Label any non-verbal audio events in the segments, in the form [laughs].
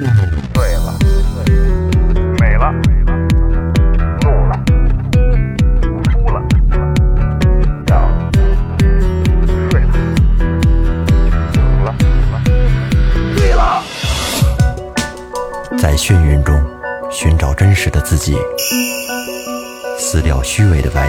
了，美了，怒了，哭了，笑了，睡了，醒了，醉了。在眩晕中寻找真实的自己，撕掉虚伪的外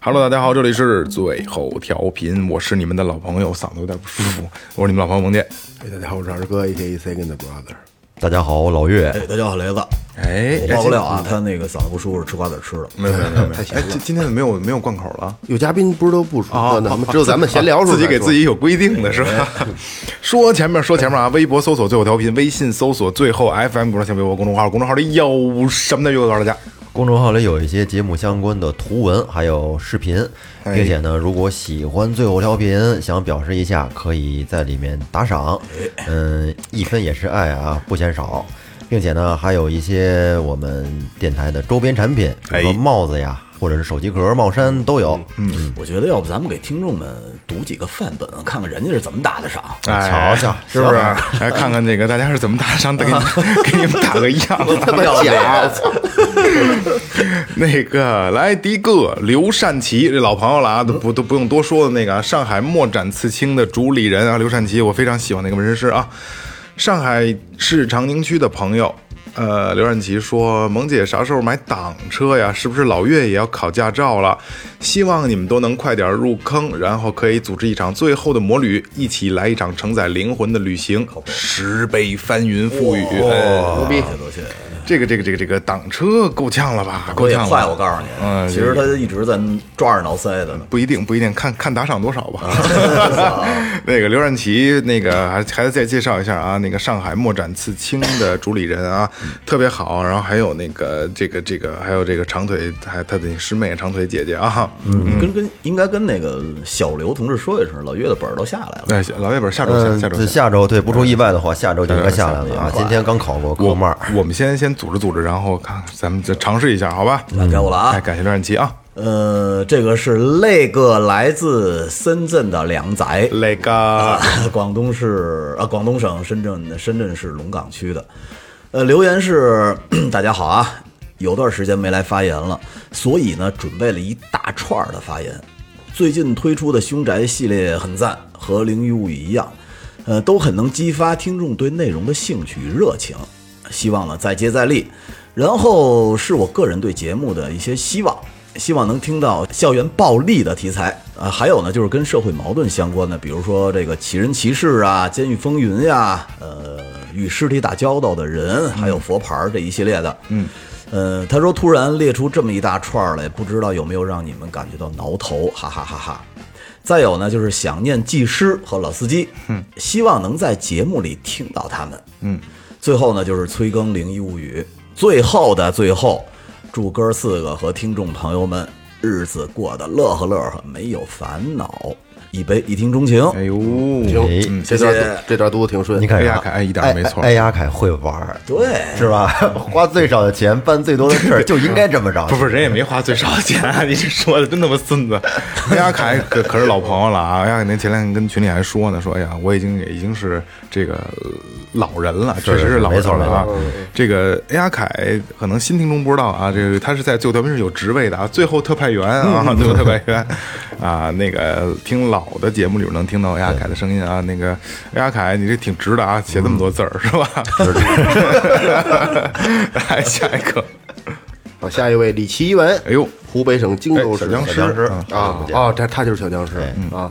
Hello，大家好，这里是最后调频，我是你们的老朋友，嗓子有点不舒服，我是你们老朋友蒙健。哎，大家好，我是二哥，A K A Second Brother。大家好，我老岳。哎，大家好，雷子。哎我，报个料啊，他那个嗓子不舒服，吃瓜子吃的。没有没有没有没有，哎，今今天怎么没有没有贯口了？有嘉宾不是都不说呢？我们只有咱们闲聊时候哦自己才给说自己有规定的是吧？哎说前面说前面啊，微博搜索最后调频，微信搜索最后 FM 公众微博公众号，公众号里有什么的就告诉大家。公众号里有一些节目相关的图文，还有视频，哎并且呢，如果喜欢最后调频，想表示一下，可以在里面打赏，哎嗯，一分也是爱啊，不嫌少，并且呢，还有一些我们电台的周边产品，比如哎说帽子呀，或者是手机壳、帽衫都有。嗯，我觉得要不咱们给听众们读几个范本，看看人家是怎么打的赏。哎瞧瞧是不是？来看看这个大家是怎么打赏，得 [laughs] 给你们给你们打个样啊。他妈假， [laughs] 那个来第一个刘善奇，这老朋友了啊，都不都不用多说的那个啊上海墨展刺青的主理人啊，刘善奇，我非常喜欢那个纹身师啊。上海市长宁区的朋友，呃，刘善奇说：“萌姐啥时候买挡车呀？是不是老岳也要考驾照了？希望你们都能快点入坑，然后可以组织一场最后的摩旅，一起来一场承载灵魂的旅行，十杯翻云覆雨。哎牛逼！多谢，这个这个这个这个挡车够呛了吧？够我也呛了快，我告诉你，嗯，其实他一直在抓耳挠腮的。不一定，不一定，看看打赏多少吧。啊 [laughs] 那个刘善奇，那个还还再介绍一下啊，那个上海墨展刺青的主理人啊，嗯特别好。然后还有那个这个这个，还有这个长腿，还他的师妹长腿姐姐啊。嗯，跟跟应该跟那个小刘同志说一声，老岳的本儿都下来了。哎，老岳本 [laughs] 下周下呃嗯下周自下。下周对不出意外的话，下周就应该下来了啊！今天刚考过科目二，我们先先组织组织，然后看咱们再尝试一下，好吧？那该我了啊哎，感谢刘善奇啊，呃，这个是那个来自深圳的梁仔，那个啊， [laughs] 广东市啊，广东省深圳的深圳市龙岗区的，呃，留言是 [clears throat] 大家好啊，有段时间没来发言了，所以呢，准备了一大串儿的发言。最近推出的凶宅系列很赞，和《灵异物语》一样，呃，都很能激发听众对内容的兴趣与热情。希望呢再接再厉。然后是我个人对节目的一些希望，希望能听到校园暴力的题材啊，还有呢就是跟社会矛盾相关的，比如说这个奇人奇事啊、监狱风云呀、呃，与尸体打交道的人，还有佛牌儿这一系列的，嗯。呃，他说突然列出这么一大串儿来，不知道有没有让你们感觉到挠头，哈哈哈哈。再有呢，就是想念技师和老司机，嗯，希望能在节目里听到他们，嗯。最后呢，就是催更《灵异物语》，最后的最后，祝哥四个和听众朋友们日子过得乐呵乐呵，没有烦恼，一杯一听钟情。哎呦，嗯哎行，嗯这段这段读的挺顺你。看哎呀凯哎一点儿没错哎哎呀凯会玩儿，对，是吧？ [laughs] 花最少的钱办最多的 [laughs] 事儿，就应该这么着。不是不是，人也没花最少的钱、啊，你这说的真他妈孙子。哎呀，凯可可是老朋友了啊！哎呀，那前两天跟群里还说呢，说哎呀，我已经也已经是这个呃老人了，确实是是老没人错了啊。这个哎呀，凯可能新听众不知道啊，这个他是在最后调频是有职位的啊，最后特派员啊， [laughs] 最后特派员啊，那个听老的节目里边能听到哎呀凯的声音啊，那个哎呀凯，你这挺直的啊，写这么多字儿、嗯是 [laughs] 吧？来下一个，好，啊下一位李奇文，哎呦。湖北省荆州市哎小哎僵尸小嗯啊哦，这他就是小僵尸啊！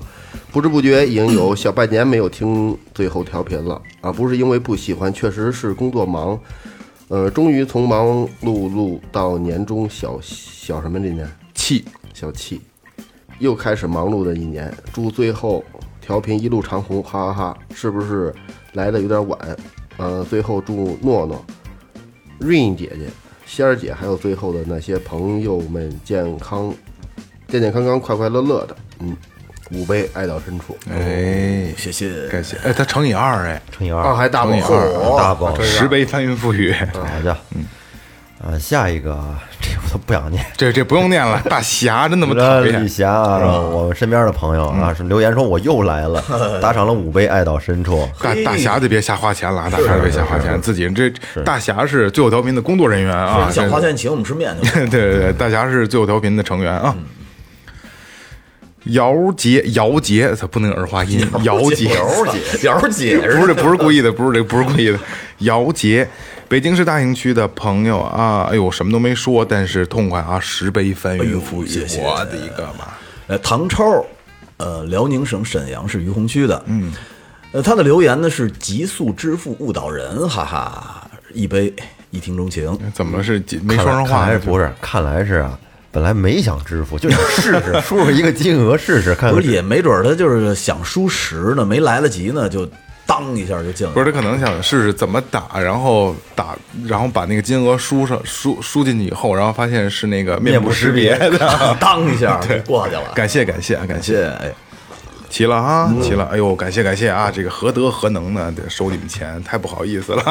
不知不觉已经有小半年没有听最后调频了啊！不是因为不喜欢，确实是工作忙。呃，终于从忙碌碌到年终小小什么这年气小气，又开始忙碌的一年。祝最后调频一路长虹，哈哈哈！是不是来的有点晚？呃，最后祝诺诺、Rain 姐姐、仙儿姐，还有最后的那些朋友们健康、健健康康、快快乐乐的。嗯，嗯，五杯爱到深处，哎，谢谢。感谢。哎，它乘以二哎，乘以二二，啊还大乘以饱二和大宝十杯翻云覆雨，好家伙，嗯啊，下一个 [laughs] 啊这我都不想念。这这不用念了。大侠真他妈讨李厌，嗯霞啊，我们身边的朋友啊，是留言说我又来了，打赏了五杯，爱到深处。大大侠就别瞎花钱了啊，大侠就别瞎花钱，自己人这大侠是最后调频的工作人员啊，想这花钱请我们吃面去。 [laughs] 对对对，大侠是最后调频的成员啊。姚杰，姚杰，他不能有儿化音。姚杰，姐，姚 [laughs] 姐不是这不是故意的，不是这不是故意的。姚杰，北京市大兴区的朋友啊，哎呦，什么都没说，但是痛快啊，十杯翻云覆雨，谢谢我的一个妈！呃，唐超，呃，辽宁省沈阳市于洪区的，嗯，呃，他的留言呢是极速支付误导人，哈哈，一杯一听钟情，怎么了？是 [laughs] 没说看上话来？不是，看来是啊，本来没想支付，就想试试，输入一个金额试试，看不看是也没准儿他就是想输十呢，没来得及呢，就当一下就进了。不是，他可能想试试怎么打，然后打，然后把那个金额输上输输进去以后，然后发现是那个面部识别的。 [laughs] 当一下就过去了。 [laughs] 感谢感谢感谢感。谢，哎，齐了啊，齐了！哎呦，感谢感谢啊，这个何德何能呢？得收你们钱，太不好意思 [laughs] 了。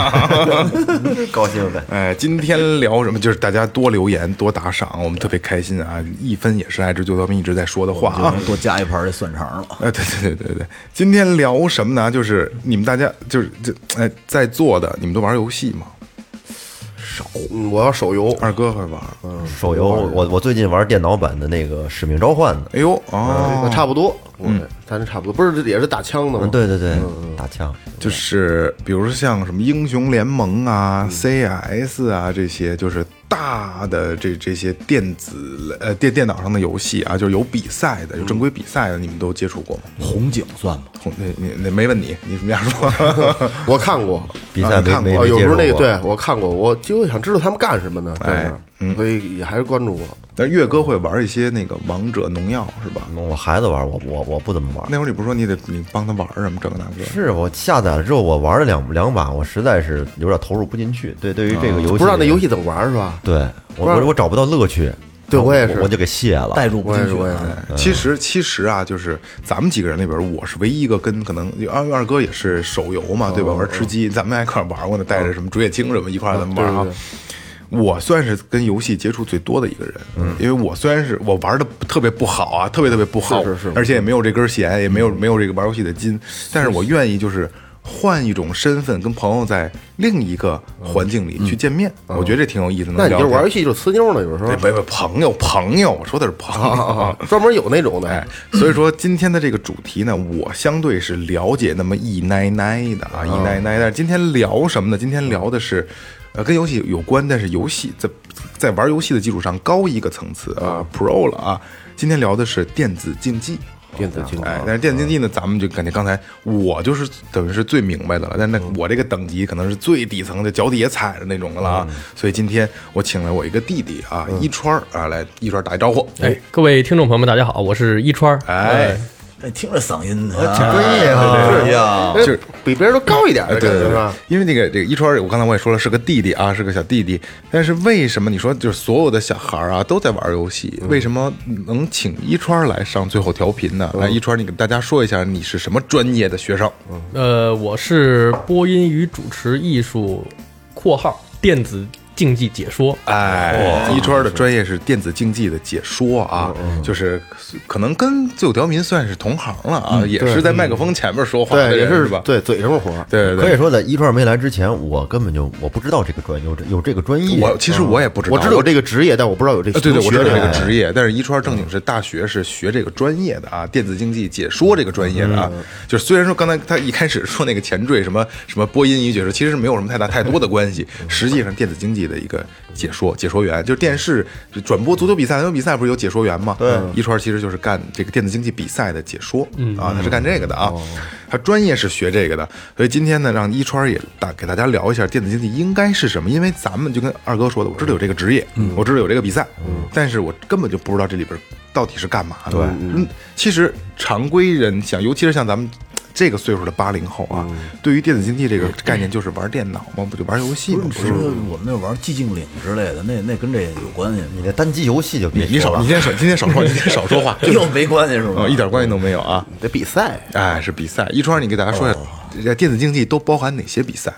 高兴呗。哎，今天聊什么？就是大家多留言，多打赏，我们特别开心啊！一分也是爱之就咱们一直在说的话啊。多加一盘这蒜肠了。哎，对对对对对，今天聊什么呢？就是你们大家就是这哎在座的，你们都玩游戏吗？嗯，我要手游，二哥会玩。嗯手游，我我最近玩电脑版的那个《使命召唤》呢。哎呦哦那，差不多，嗯，咱这差不多，不是这也是打枪的吗嗯，？对对对，打枪。就是比如说像什么英雄联盟啊、CS 啊这些，就是大的这这些电子类呃电电脑上的游戏啊，就是有比赛的、有正规比赛的，你们都接触过吗？红警算吗？红那那那没问你，你什么样说？ [laughs] 我看过，比赛没看没过啊，没有接时候触那个过对我看过，我就想知道他们干什么呢，在那哎儿所以也还是关注我。但岳哥会玩一些那个王者农药是吧？我孩子玩，我我我不怎么玩。那会儿你不是说你得你帮他玩儿什么这个那个？是我下载了之后，我玩了两两把，我实在是有点投入不进去。对，对于这个游戏，不知道那游戏怎么玩是吧？对我不知我道我找不到乐趣。对我也是我就给卸了。代入不我也进是，去我也啊。是。其实其实啊，就是咱们几个人里边，我是唯一一个跟可能二二哥也是手游嘛，对吧？哦玩吃嗯鸡，咱们还一块玩过呢，带着什么竹叶青什么一块儿咱们玩啊。我算是跟游戏接触最多的一个人，嗯因为我虽然是我玩的特别不好啊，特别特别不好，是嗯是是而且也没有这根弦，也没有没有这个玩游戏的筋，但是我愿意就是换一种身份，跟朋友在另一个环境里去见面，我觉得这挺有意思的。嗯那你就能聊玩游天，戏就呲妞呢，有时候哎不不，朋友朋友，我说的是朋友。 [laughs] 啊，专门有那种的。哎，所以说今天的这个主题呢，我相对是了解那么一奶奶的哦啊，一奶奶。但是今天聊什么呢？今天聊的是，呃，跟游戏有关，但是游戏在在玩游戏的基础上高一个层次哦啊，Pro 了啊。今天聊的是电子竞技。电子竞技哎，但是电子竞技呢，咱们就感觉刚才我就是等于是最明白的了，但那嗯我这个等级可能是最底层的，脚底下踩着那种的了啊。嗯所以今天我请了我一个弟弟啊，一川儿啊，来一川儿打一招呼。哎，各位听众朋友们，大家好，我是一川儿。哎，哎，听着嗓音呢，专业啊，哎呀，就是比别人都高一点哎的感觉是吧？因为那个这个一川儿，我刚才我也说了，是个弟弟啊，是个小弟弟。但是为什么你说就是所有的小孩儿啊都在玩游戏，嗯为什么能请一川儿来上最后调频嗯呢？哎来，一川儿，你给大家说一下你是什么专业的学生？呃，我是播音与主持艺术（括号电子竞技解说哎，一川儿的专业是电子竞技的解说啊，嗯就是可能跟最后调频算是同行了啊，也是在麦克风前面说话的嗯对，人也是吧？对嘴上的活儿。对对可对以。说，在一川没来之前，我根本就我不知道这个专有这有这个专业。我其实我也不知道，我知道有这个职业，但我不知道有这呃，对对，我学哎知道这历个职业，但是一川正经是大学是学这个专业的啊，电子竞技解说这个专业的嗯啊。就是虽然说刚才他一开始说那个前缀什么什么播音与解说，其实没有什么太大太多的关 [laughs] 系。实际上，电子竞技的一个解说解说员，就是电视就转播足球比赛、篮球比赛不是有解说员吗？对，一川其实就是干这个电子竞技比赛的解说嗯啊，他是干这个的啊。他专业是学这个的，所以今天呢，让一川也大给大家聊一下电子竞技应该是什么，因为咱们就跟二哥说的，我知道有这个职业，我知道有这个比赛，但是我根本就不知道这里边到底是干嘛的。对，嗯，其实常规人想，尤其是像咱们。这个岁数的八零后啊，对于电子竞技这个概念就是玩电脑嘛，不就玩游戏不嘛是，不你是说吗？我们那玩寂静岭之类的，那那跟这有关系吗？你那单机游戏就别你说少，了你，先少，今天少说，你今天少说话， [laughs] 就又没关系是吗啊，？一点关系都没有啊！得比赛，哎，是比赛。一川，你给大家说一下，这电子竞技都包含哪些比赛？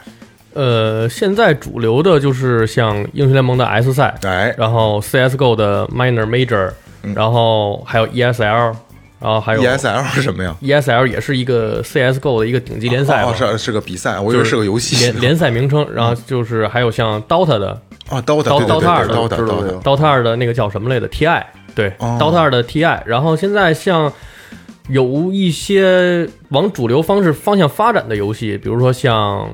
呃，现在主流的就是像英雄联盟的 S 赛，哎嗯然后 CSGO 的 Minor Major，、然后还有 ESL，然后还有，ESL E 是什么呀？ ESL 也是一个 CSGO 的一个顶级联赛嘛，哦，是是个比赛，我以就为是个游戏。联联赛名称。然后就是还有像 DOTA 的啊，DOTA，对对刀对刀塔的，DOTA 知道没 DOTA 有？ DOTA 二的那个叫什么来的 TI，对、哦 DOTA 二的 TI。然后现在像有一些往主流方式方向发展的游戏，比如说像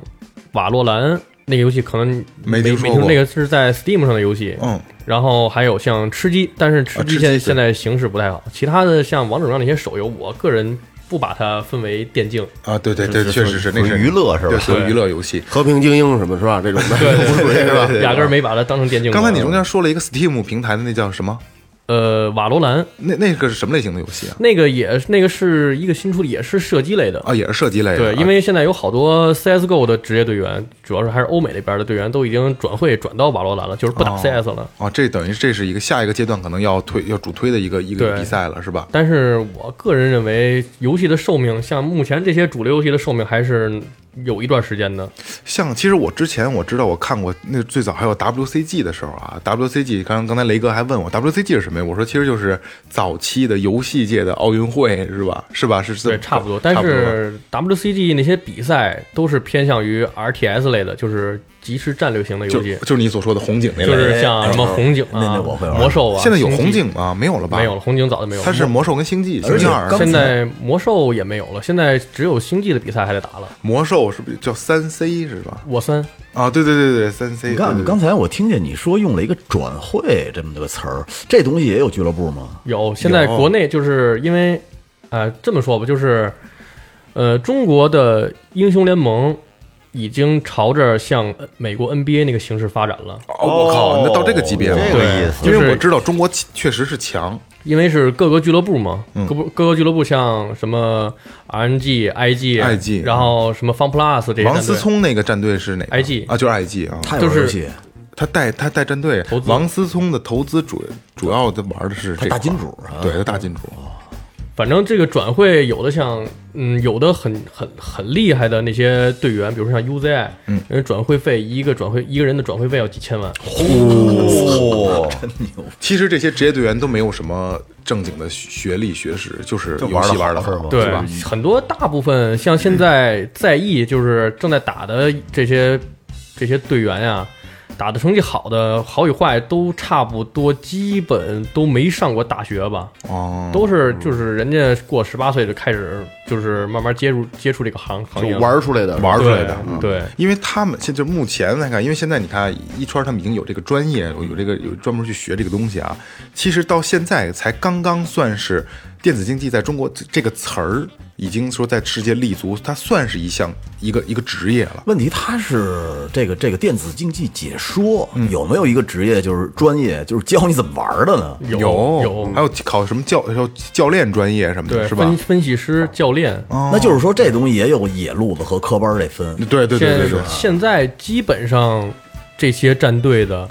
瓦洛兰那个游戏，可能没听没说没听过那个是在 Steam 上的游戏。嗯，然后还有像吃鸡，但是吃啊吃鸡鸡现在、对现在形势不太好。其他的像王者荣耀那些手游，我个人不把它分为电竞。啊，对对对，是确实是属于那是娱乐是吧对属于娱乐游戏。和平精英什么是吧？这种的不属于是吧？压根儿没把它当成电竞玩。刚才你中间说了一个 Steam 平台的那叫什么？呃瓦罗兰那那个是什么类型的游戏啊？那个也那个是一个新出的，也是射击类的。啊，也是射击类的。对，啊因为现在有好多 CSGO 的职业队员，主要是还是欧美那边的队员，都已经转会转到瓦罗兰了，就是不打哦 CS 了。啊，这等于这是一个下一个阶段可能要推要主推的一个一个对比赛了，是吧？但是我个人认为，游戏的寿命，像目前这些主流游戏的寿命，还是有一段时间的。像其实我之前我知道我看过那最早还有 WCG 的时候啊，WCG 刚刚才雷哥还问我 WCG 是什么呀？我说其实就是早期的游戏界的奥运会是吧？是吧？是这对，差不多。但是 WCG 那些比赛都是偏向于 RTS 类的，就是即时战略型的就游戏，就是你所说的红警那就类的。是像什么红警那啊那我会、玩魔兽啊。现在有星际红警吗？没有了吧？没有了，。红警早就没有了。它是魔兽跟星际，星而际且二刚才现在魔兽也没有了，现在只有星际的比赛还得打了。魔兽是不是叫三 C 是吧？我三啊，对对对对，三 C。你看，你刚才我听见你说用了一个“转会”这么个词儿，这东西也有俱乐部吗？有，现在国内就是因为，呃，这么说吧，就是，呃，中国的英雄联盟已经朝着向呃美国 NBA 那个形式发展了，哦，我靠，那到这个级别了，这个意思因就是为我知道中国其确实是强，因为是各个俱乐部嘛，嗯各部各个俱乐部像什么 RNG、IG、 IG 然后什么 Fun Plus 这些战队，嗯王思聪那个战队是哪个 IG 啊，就是 IG 啊，他就有是游戏，他带他带战队投，资王思聪的投资主主要的玩的是这他大块金主啊对他大金主，反正这个转会有的像，嗯，有的很很很厉害的那些队员，比如说像 UZI，嗯，人家转会费一个转会一个人的转会费要几千万， [laughs] 其实这些职业队员都没有什么正经的学历学识，就是就游玩戏得好玩的是吗对是吧？很多大部分像现在在役就是正在打的这些这些队员呀、打的成绩好的好与坏都差不多，基本都没上过大学吧，哦，都是就是人家过十八岁就开始就是慢慢接触接触这个行行业就了玩出来的，玩出来对的。嗯对。因为他们现在目前来看，因为现在你看一川他们已经有这个专业，有有这个有专门去学这个东西啊。其实到现在才刚刚算是电子竞技在中国这这个词儿已经说在世界立足，它算是一项一个一个职业了。问题他是这个这个电子竞技解说、有没有一个职业就是专业就是教你怎么玩的呢？有有嗯还有考什么教教教练专业什么对的，是吧分？分析师、教练，那就是说这东西也有野路子和科班儿这分。对对对对对现，现在基本上这些战队的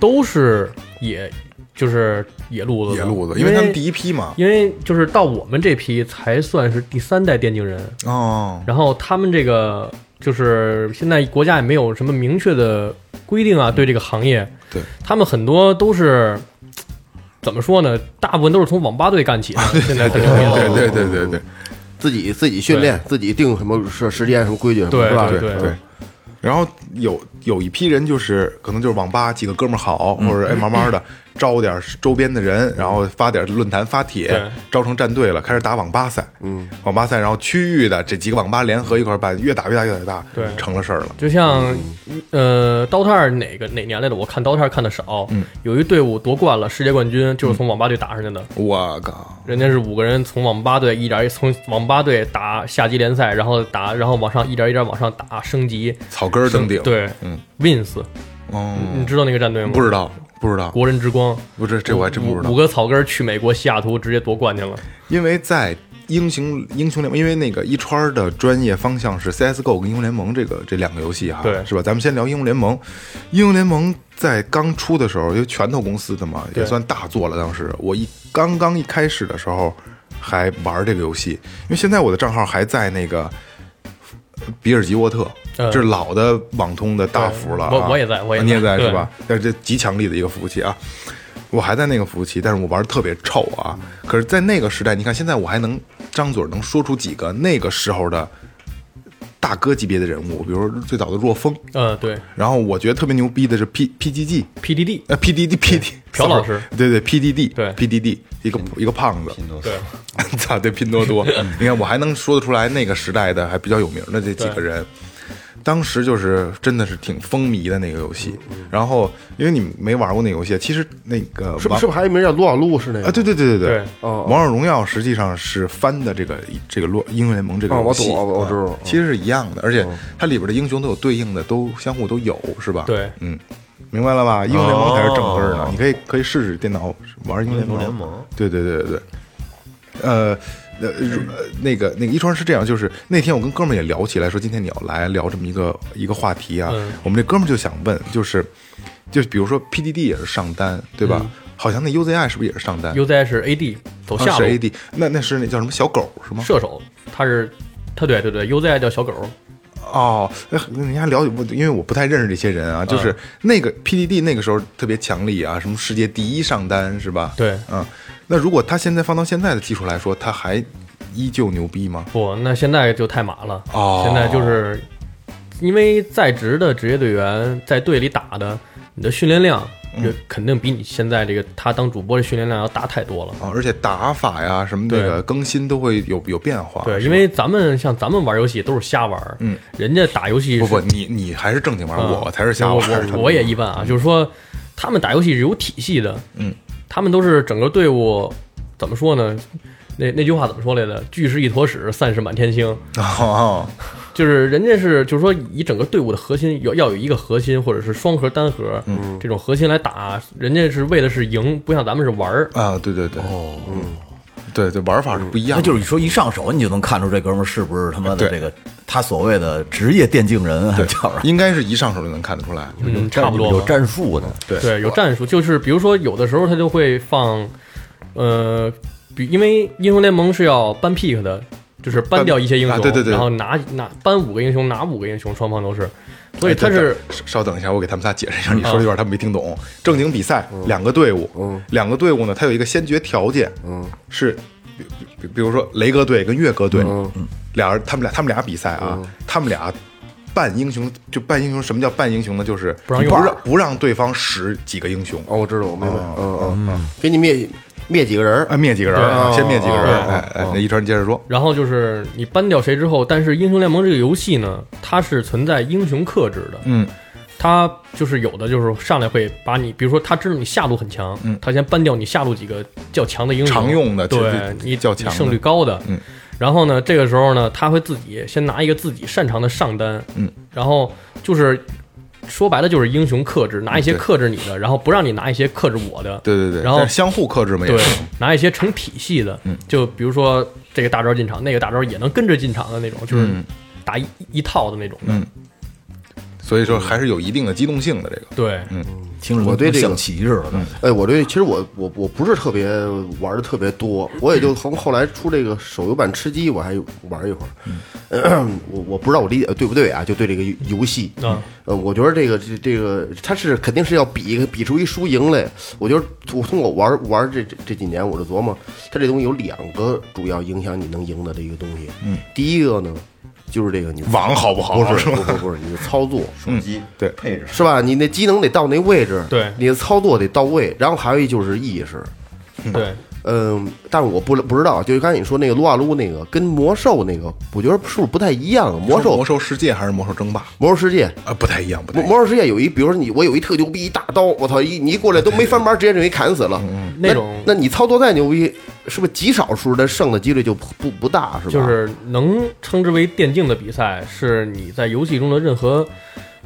都是野，就是野路子的，野路子，因因为他们第一批嘛。因为就是到我们这批才算是第三代电竞人，哦，然后他们这个就是现在国家也没有什么明确的规定啊，对这个行业，对他们很多都是。怎么说呢？大部分都是从网吧队干起的。现在这个行业对对对对对自己自己训练，自己定什么时时间、什么规矩什么，对是吧？对对。然后有有一批人就是可能就是网吧几个哥们儿好，嗯或者哎慢慢的招点周边的人，然后发点论坛发帖对，招成战队了，开始打网吧赛。嗯，网吧赛，然后区域的这几个网吧联合一块儿把越打越大越打越大，对成了事儿了。就像，嗯呃，DOTA 二哪个哪年来的？我看 DOTA 二看的少。嗯有一队伍夺冠了世界冠军，就是从网吧队打上去的。我靠，人家是五个人从网吧队一点一从网吧队打下级联赛，然后打，然后往上一点一点往上打升级，草根儿登顶。，对，嗯嗯，Wins，哦，你知道那个战队吗？不知道不知道，国人之光，不是这我还真不知道五五。个草根儿去美国西雅图直接夺冠去了。因为在英雄英雄联盟，因为那个一川的专业方向是 CSGO 跟英雄联盟这个这两个游戏哈，对是吧？咱们先聊英雄联盟。英雄联盟在刚出的时候，因为拳头公司的嘛，也对算大作了。当时我一刚刚一开始的时候还玩这个游戏，因为现在我的账号还在那个比尔吉沃特，嗯这是老的网通的大服了、啊。我我也在我也在你也在对是吧？但是这极强力的一个服务器啊。我还在那个服务器，但是我玩的特别臭啊。可是，在那个时代，你看现在我还能张嘴能说出几个那个时候的大哥级别的人物，比如说最早的若风。呃，对然后我觉得特别牛逼的是 P PGG， ，PDD，呃 PDD PDD，朴老师，对对 PDD，对 PDD 一个一个胖子，拼多多对， [laughs] 操，对拼多多，嗯你看我还能说得出来那个时代的还比较有名的这几个人，当时就是真的是挺风靡的那个游戏。嗯然后因为你们没玩过那个游戏，其实那个是不王是不是还有一名叫撸啊撸是那个啊，对对对对对哦王者荣耀实际上是翻的这个这个洛英雄联盟这个哦游戏，我懂我我知道啊其实是一样的，而且嗯它里边的英雄都有对应的，都相互都有，是吧？对嗯，明白了哦吧？英雄联盟才是正根儿呢哦，你可以可以试试电脑玩英雄联英盟。雄联盟，对对对对对，呃。呃，如呃那个那个一川是这样，就是那天我跟哥们儿也聊起来，说今天你要来聊这么一个一个话题啊，嗯我们这哥们儿就想问，就是就是比如说 PDD 也是上单，对吧？嗯好像那 UZI 是不是也是上单？悠哉是 AD 走啊下是路 AD，那那是那叫什么小狗是吗？射手，他是他对对对，悠哉叫小狗，哦，那你还了解不？因为我不太认识这些人啊，就是嗯那个 PDD 那个时候特别强力啊，什么世界第一上单是吧？对嗯，那如果他现在放到现在的技术来说，他还依旧牛逼吗？不，那现在就太麻了。哦现在就是因为在职的职业队员在队里打的，你的训练量嗯也肯定比你现在这个他当主播的训练量要大太多了。啊，而且打法呀什么这对个更新都会有有变化。对，啊是因吧为咱们像咱们玩游戏都是瞎玩，嗯，人家打游戏不是不，你你还是正经玩，嗯我才是哦瞎玩儿。我我 [laughs] 我也一般啊，就是说他们打游戏是有体系的，嗯，他们都是整个队伍怎么说呢？那那句话怎么说来着？聚是一坨屎，散是满天星。哦，就是人家是，就是说以整个队伍的核心有要有一个核心，或者是双核、单核、嗯这种核心来打，人家是为的是赢，不像咱们是玩儿。啊，对对对，哦，嗯，对对，玩法是不一样那嗯的，就是说一上手你就能看出这哥们儿是不是他妈的对这个他所谓的职业电竞人，啊叫什么？嗯应该是一上手就能看得出来。哎嗯，差不多有吧。战术的，对对，有战术，就是比如说有的时候他就会放，呃，比因为英雄联盟是要搬 pick 的，就是搬掉一些英雄，啊对对对然后拿拿搬五个英雄，拿五个英雄，双方都是，所以哎他等是、嗯等稍等一下，我给他们仨解释一下，你说这段他们没听懂。正经比赛两个队伍，两个队伍呢，它有一个先决条件，嗯是比比比如说雷哥队跟岳哥队，嗯嗯俩人他们俩他们俩比赛啊，他们俩。半英雄就半英雄，什么叫半英雄呢？就是不让用不让不让对方使几个英雄，哦，我知道，我明白哦，嗯嗯，给你灭灭几个人儿啊，灭几个人儿，啊对先灭几个人儿。哦哦哎哎，那一川接着说，然后就是你搬掉谁之后，但是英雄联盟这个游戏呢，它是存在英雄克制的，嗯，他就是有的就是上来会把你，比如说他知道你下路很强，嗯他先搬掉你下路几个较强的英雄，常用的其实对你较强的你胜率高的，嗯然后呢，这个时候呢，他会自己先拿一个自己擅长的上单，嗯，然后就是说白了就是英雄克制，拿一些对克制你的，然后不让你拿一些克制我的，对对对，然后但是相互克制嘛，也对是，拿一些成体系的，嗯就比如说这个大招进场，那个大招也能跟着进场的那种，就是嗯打一一套的那种的，嗯，所以说还是有一定的机动性的这个。对，嗯听着我对这个像棋似的。哎，我这其实我我我不是特别玩的特别多，我也就从后来出这个手游版吃鸡，我还玩一会儿。 [clears throat] 我我不知道我理解呃对不对啊？就对这个游游戏，嗯呃，我觉得这个这这个它是肯定是要比比出一输赢来。我觉得我通过玩玩这这这几年，我就琢磨，它这东西有两个主要影响你能赢的这个东西。嗯，第一个呢，就是这个你网好不好啊不是是吧不不不是你的操作，手机对配置是吧？你那机能得到那位置，对你的操作得到位，然后还有一就是意识。对，嗯，但是我不不知道，就是刚才你说那个撸啊撸那个跟魔兽那个，我觉得是不是不太一样？ [laughs] 啊魔兽魔兽世界还是魔兽争霸魔兽世界啊？不太一样，不太魔一样。魔兽世界有一，比如说你我有一特牛逼一大刀，我操一你一过来都没翻盘，直接就给你砍死了。嗯那种那你操作再牛逼，是不是极少数的胜的几率就不不不大，是吧？就是能称之为电竞的比赛，是你在游戏中的任何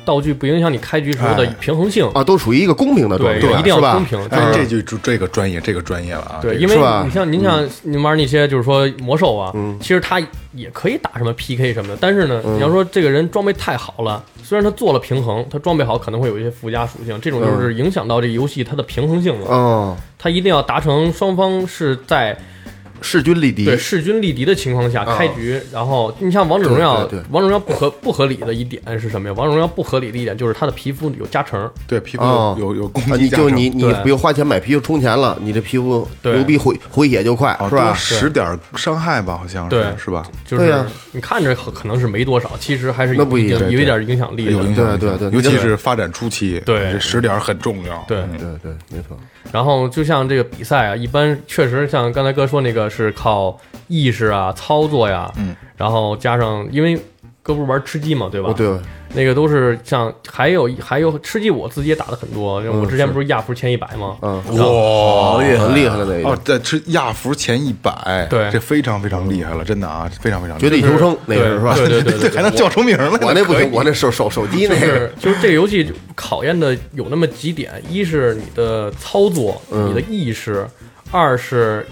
道具不影响你开局时候的哎平衡性。啊，都属于一个公平的状对，态，一定要是吧啊公平。就嗯哎，是这就这个专业，这个专业了啊。对，这因个为是吧嗯你像您像您玩那些就是说魔兽啊，其实他也可以打什么 PK 什么的，但是呢，嗯你要说这个人装备太好了，虽然他做了平衡，他装备好可能会有一些附加属性，这种就是影响到这游戏它的平衡性了。嗯哦，他一定要达成双方是在势均力敌对势均力敌的情况下开局，然后你像王者荣耀啊对对对，王者荣耀不合不合理的一点是什么呀？王者荣耀不合理的一点就是它的皮肤有加成，对皮肤哦有有有攻啊！击你价就值，你你对不用花钱买皮肤充钱了，你这皮肤对牛逼回回血就快，哦是多吧？十点伤害吧，好像是对是吧？就对是呀你看着可可能是没多少，其实还是那有不一一定定有一点影响力的。有影响，对有影响对对尤其对是发展初期，对这十点很重要。对嗯对对，没错。然后就像这个比赛啊，一般确实像刚才哥说那个是靠意识啊、操作呀，嗯，然后加上因为哥不是玩吃鸡嘛，对吧？哦，对，那个都是像还有还有吃鸡，我自己也打的很多。我之前不是亚服前一百吗？嗯，哇，厉害很厉害的那一哦个，，在吃亚服前一百，对这非常非常厉害了，真的啊，非常非常厉害绝地求生那对是是吧？对对对对这 [laughs] 还能叫出名来？我那不可以行，我那手手手机那 [laughs] 个就是就是这个游戏考验的有那么几点：一是你的操作、嗯你的意识；二是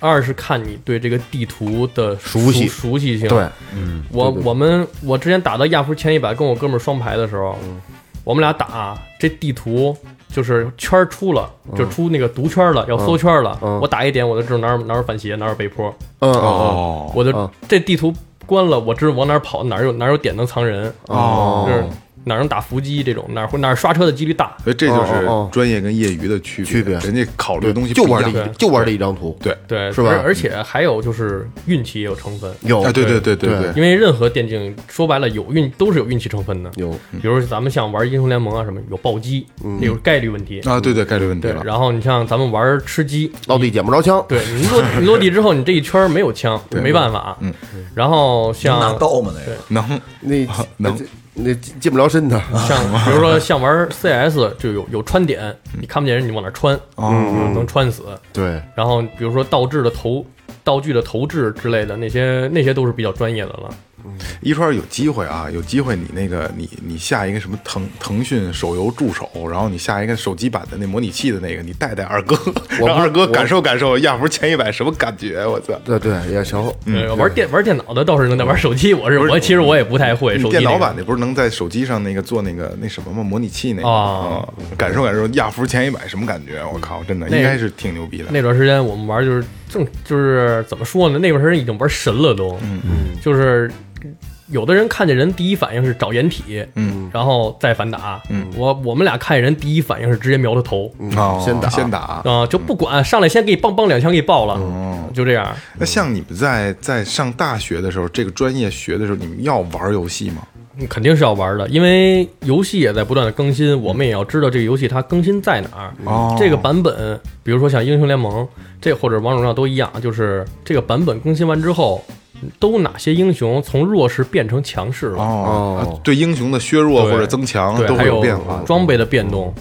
二是看你对这个地图的熟悉熟悉性。对，我对对我们我之前打到亚服前一百，跟我哥们儿双排的时候，嗯我们俩打这地图就是圈儿出了，嗯就出那个毒圈了，要搜圈了。我打一点，我就知道哪儿哪儿有反斜，哪儿有北坡，嗯哦哦我就嗯这地图关了，我知道往哪儿跑，哪儿有哪儿有点能藏人，嗯就哦，是哪儿能打伏击这种，哪儿会哪儿刷车的几率大。所以这就是哦哦哦专业跟业余的区别，区别人家考虑的对东西就不一玩这样。一就玩这一张图，对，对，是吧而而且还有就是运气也有成分，有哎，对对对对对，对因为任何电竞说白了有运都是有运气成分的。有比如咱们像玩英雄联盟啊什么，有暴击，那有概率问题。啊，对对，概率问题对了，。然后你像咱们玩吃鸡，落地捡不着枪，对你落你落地之后，你这一圈儿没有枪，没办法。嗯，然后拿像刀吗？那个能那啊能啊那那进不着身的，像比如说像玩 CS 就有有穿点，你看不见人，你往哪穿，嗯，能穿死。对，然后比如说道具的投道具的投掷之类的那些那些都是比较专业的了。一川有机会啊，有机会你那个你你下一个什么腾腾讯手游助手，然后你下一个手机版的那模拟器的那个，你带带二哥，让二哥感受感受亚服前一百什么感觉，我操！对对也行，嗯对，玩电玩电脑的倒是能，但玩手机我是不是我其实我也不太会你手机电那脑个版的不是能在手机上那个做那个那什么吗？模拟器那个哦嗯感受感受亚服前一百什么感觉？我靠，真的那应该是挺牛逼的。那段时间我们玩就是正就是怎么说呢？那段时间已经玩神了都，嗯嗯，就是有的人看见人第一反应是找掩体，嗯，然后再反打，嗯，我我们俩看见人第一反应是直接瞄他头，哦先打先打啊、。就不管上来先给你梆梆两枪给你爆了，就这样。那像你们在在上大学的时候，这个专业学的时候，你们要玩游戏吗？肯定是要玩的，因为游戏也在不断的更新，我们也要知道这个游戏它更新在哪儿。哦这个版本，比如说像英雄联盟这或者王者荣耀都一样，就是这个版本更新完之后，都哪些英雄从弱势变成强势了，哦，啊对英雄的削弱对或者增强对，都嗯还会有变化。装备的变动，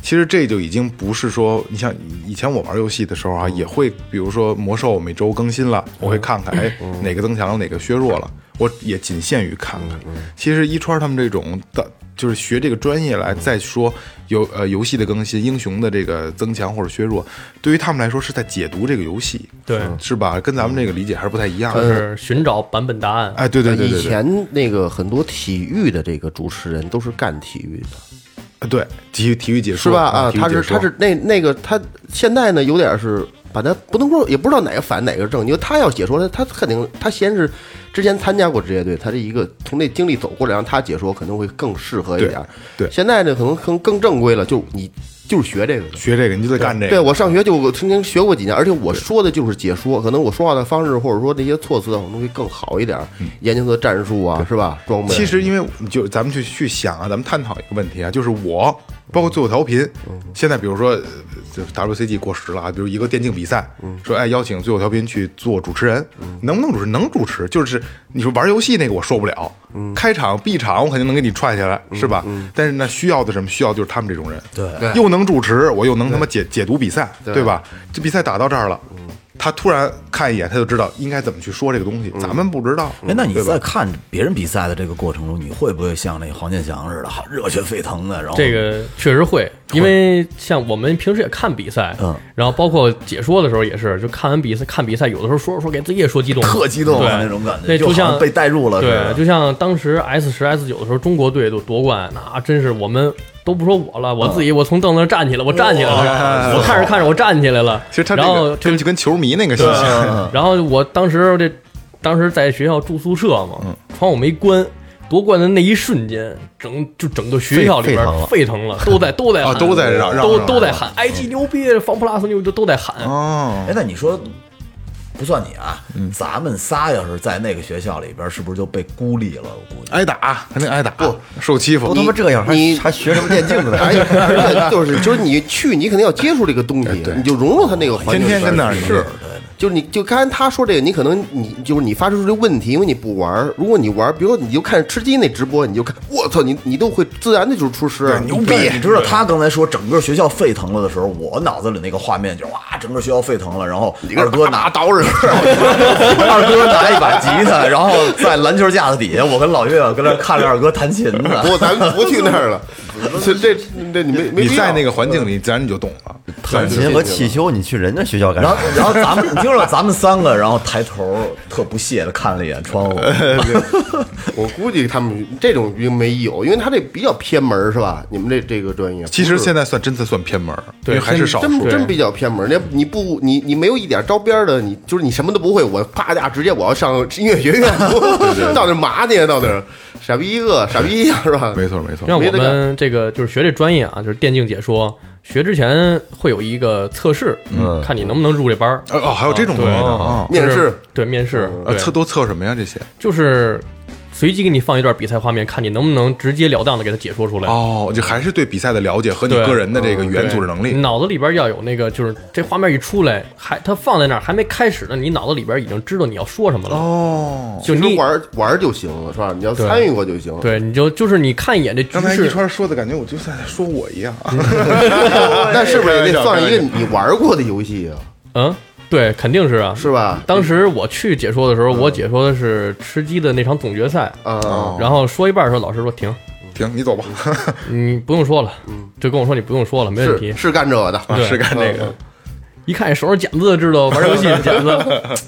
其实这就已经不是说，你像以前我玩游戏的时候嗯啊，也会，比如说魔兽每周更新了，我会看看，哎，嗯哪个增强了，哪个削弱了，我也仅限于看看。其实一川他们这种的，就是学这个专业来再说游呃游戏的更新、英雄的这个增强或者削弱，对于他们来说是在解读这个游戏，对，是吧？跟咱们这个理解还是不太一样就的。是寻找版本答案。哎，对对对对嗯对，以前那个很多体育的这个主持人都是干体育的，对体育体育解说是吧？啊，体育他解是说他是那那个他现在呢有点是把他不能说也不知道哪个反哪个正，因为他要解说他他肯定他先是之前参加过职业队，他这一个从那经历走过来，让他解说可能会更适合一点。对对现在呢可能更更正规了，就你就是学这个的。学这个，你就得干这个。对，我上学就曾经学过几年，而且我说的就是解说，可能我说话的方式或者说那些措辞啊，可能会更好一点，研究的战术啊，是吧？装嗯备其实，因为就咱们去去想啊，咱们探讨一个问题啊，就是我，包括最后调频，现在比如说，呃就 WCG 过时了啊，比如一个电竞比赛，说哎邀请最后调频去做主持人，能不能主持？能主持，就是你说玩游戏那个我受不了，开场闭场我肯定能给你踹下来，是吧？但是呢，需要的什么？需要就是他们这种人，对又能主持，我又能他妈解解读比赛，对吧？这比赛打到这儿了。他突然看一眼，他就知道应该怎么去说这个东西。咱们不知道，哎，那你嗯对吧在看别人比赛的这个过程中，你会不会像那黄健翔似的，好热血沸腾的，然后这个确实会，因为像我们平时也看比赛，嗯，然后包括解说的时候也是，就看完比赛看比赛，有的时候说着说给自己也说激动了，特激动啊对那种感觉那就就好像像被带入了似的对，就像当时 S 十 S 九的时候，中国队夺夺冠，那真是我们。都不说我了，我自己嗯我从凳子上站起来，我站起来了，我看着看着我站起来了，其实他这然后个嗯就跟就跟球迷那个形嗯象，然后我当时这，当时在学校住宿舍嘛，嗯窗户没关。夺冠的那一瞬间，整就整个学校里边沸腾了，都在都在喊，啊都在嚷嚷都嚷都在喊，IG 牛逼，防 plus 牛逼，就都在喊。哦，哎，那你说不算你啊，嗯咱们仨要是在那个学校里边，是不是就被孤立了？我估计。 [laughs] 挨打肯定挨打，不受欺负都。他妈这样，还你哎还学什么电竞呢？而 [laughs] 且而且就是就是你去，你肯定要接触这个东哎西，你就融入他那个环天境里边。天跟那儿是，就是你就刚才他说这个，你可能你就是你发出这个问题，因为你不玩儿。如果你玩儿，比如你就看吃鸡那直播，你就看，我操，你你都会自然的就是出师，哎牛但是逼你知道他刚才说整个学校沸腾了的时候，我脑子里那个画面就是哇，整个学校沸腾了，然后二哥拿刀 [laughs] 着， [laughs] 二哥拿一把吉他，然后在篮球架子底下，我跟老岳跟那儿看着二哥弹琴呢。不，咱不去那 [laughs] 儿了。这这这你没没你必要在那个环境里，自然你就懂了。弹琴和汽修，你去人家学校干然啥后？，然后咱们你听着，咱们三个，然后抬头特不屑的看了一眼窗户，我估计他们这种应没有，因为他这比较偏门儿是吧？你们这这个专业，其实现在在算真的算偏门儿，因对为还是真少数。真真比较偏门儿。那你不你你没有一点招边儿的，你就是你什么都不会，我啪呀直接我要上音乐学院， [laughs] 到那儿麻去，到那儿傻逼一个，傻逼一样是吧？没错没错，让我没得们这个就是学这专业啊，就是电竞解说，学之前会有一个测试，嗯看你能不能入这班儿。呃哦，还有这种东西呢啊面试对面试，啊！对测都测什么呀？这些就是随机给你放一段比赛画面，看你能不能直截了当的给它解说出来。哦，就还是对比赛的了解和你对嗯个人的这个语言对组织能力。脑子里边要有那个，就是这画面一出来，还它放在那儿还没开始呢，你脑子里边已经知道你要说什么了。哦，就其你实玩儿玩儿就行了是吧？你要参与过就行。对，你就就是你看一眼这局刚才一势，川说的感觉，我就在说我一样。啊嗯 [laughs] 那是不是也得算一开个玩你玩儿过的游戏啊？嗯，对，肯定是啊，是吧当时我去解说的时嗯候，我解说的是吃鸡的那场总决赛，啊，哦然后说一半的时候，老师说停，停，你走吧。嗯你不用说了，嗯就跟我说你不用说了，没嗯问是题。啊是干这个的，嗯对是干这个。一看手上茧子，知道玩 [laughs] 游戏的茧子。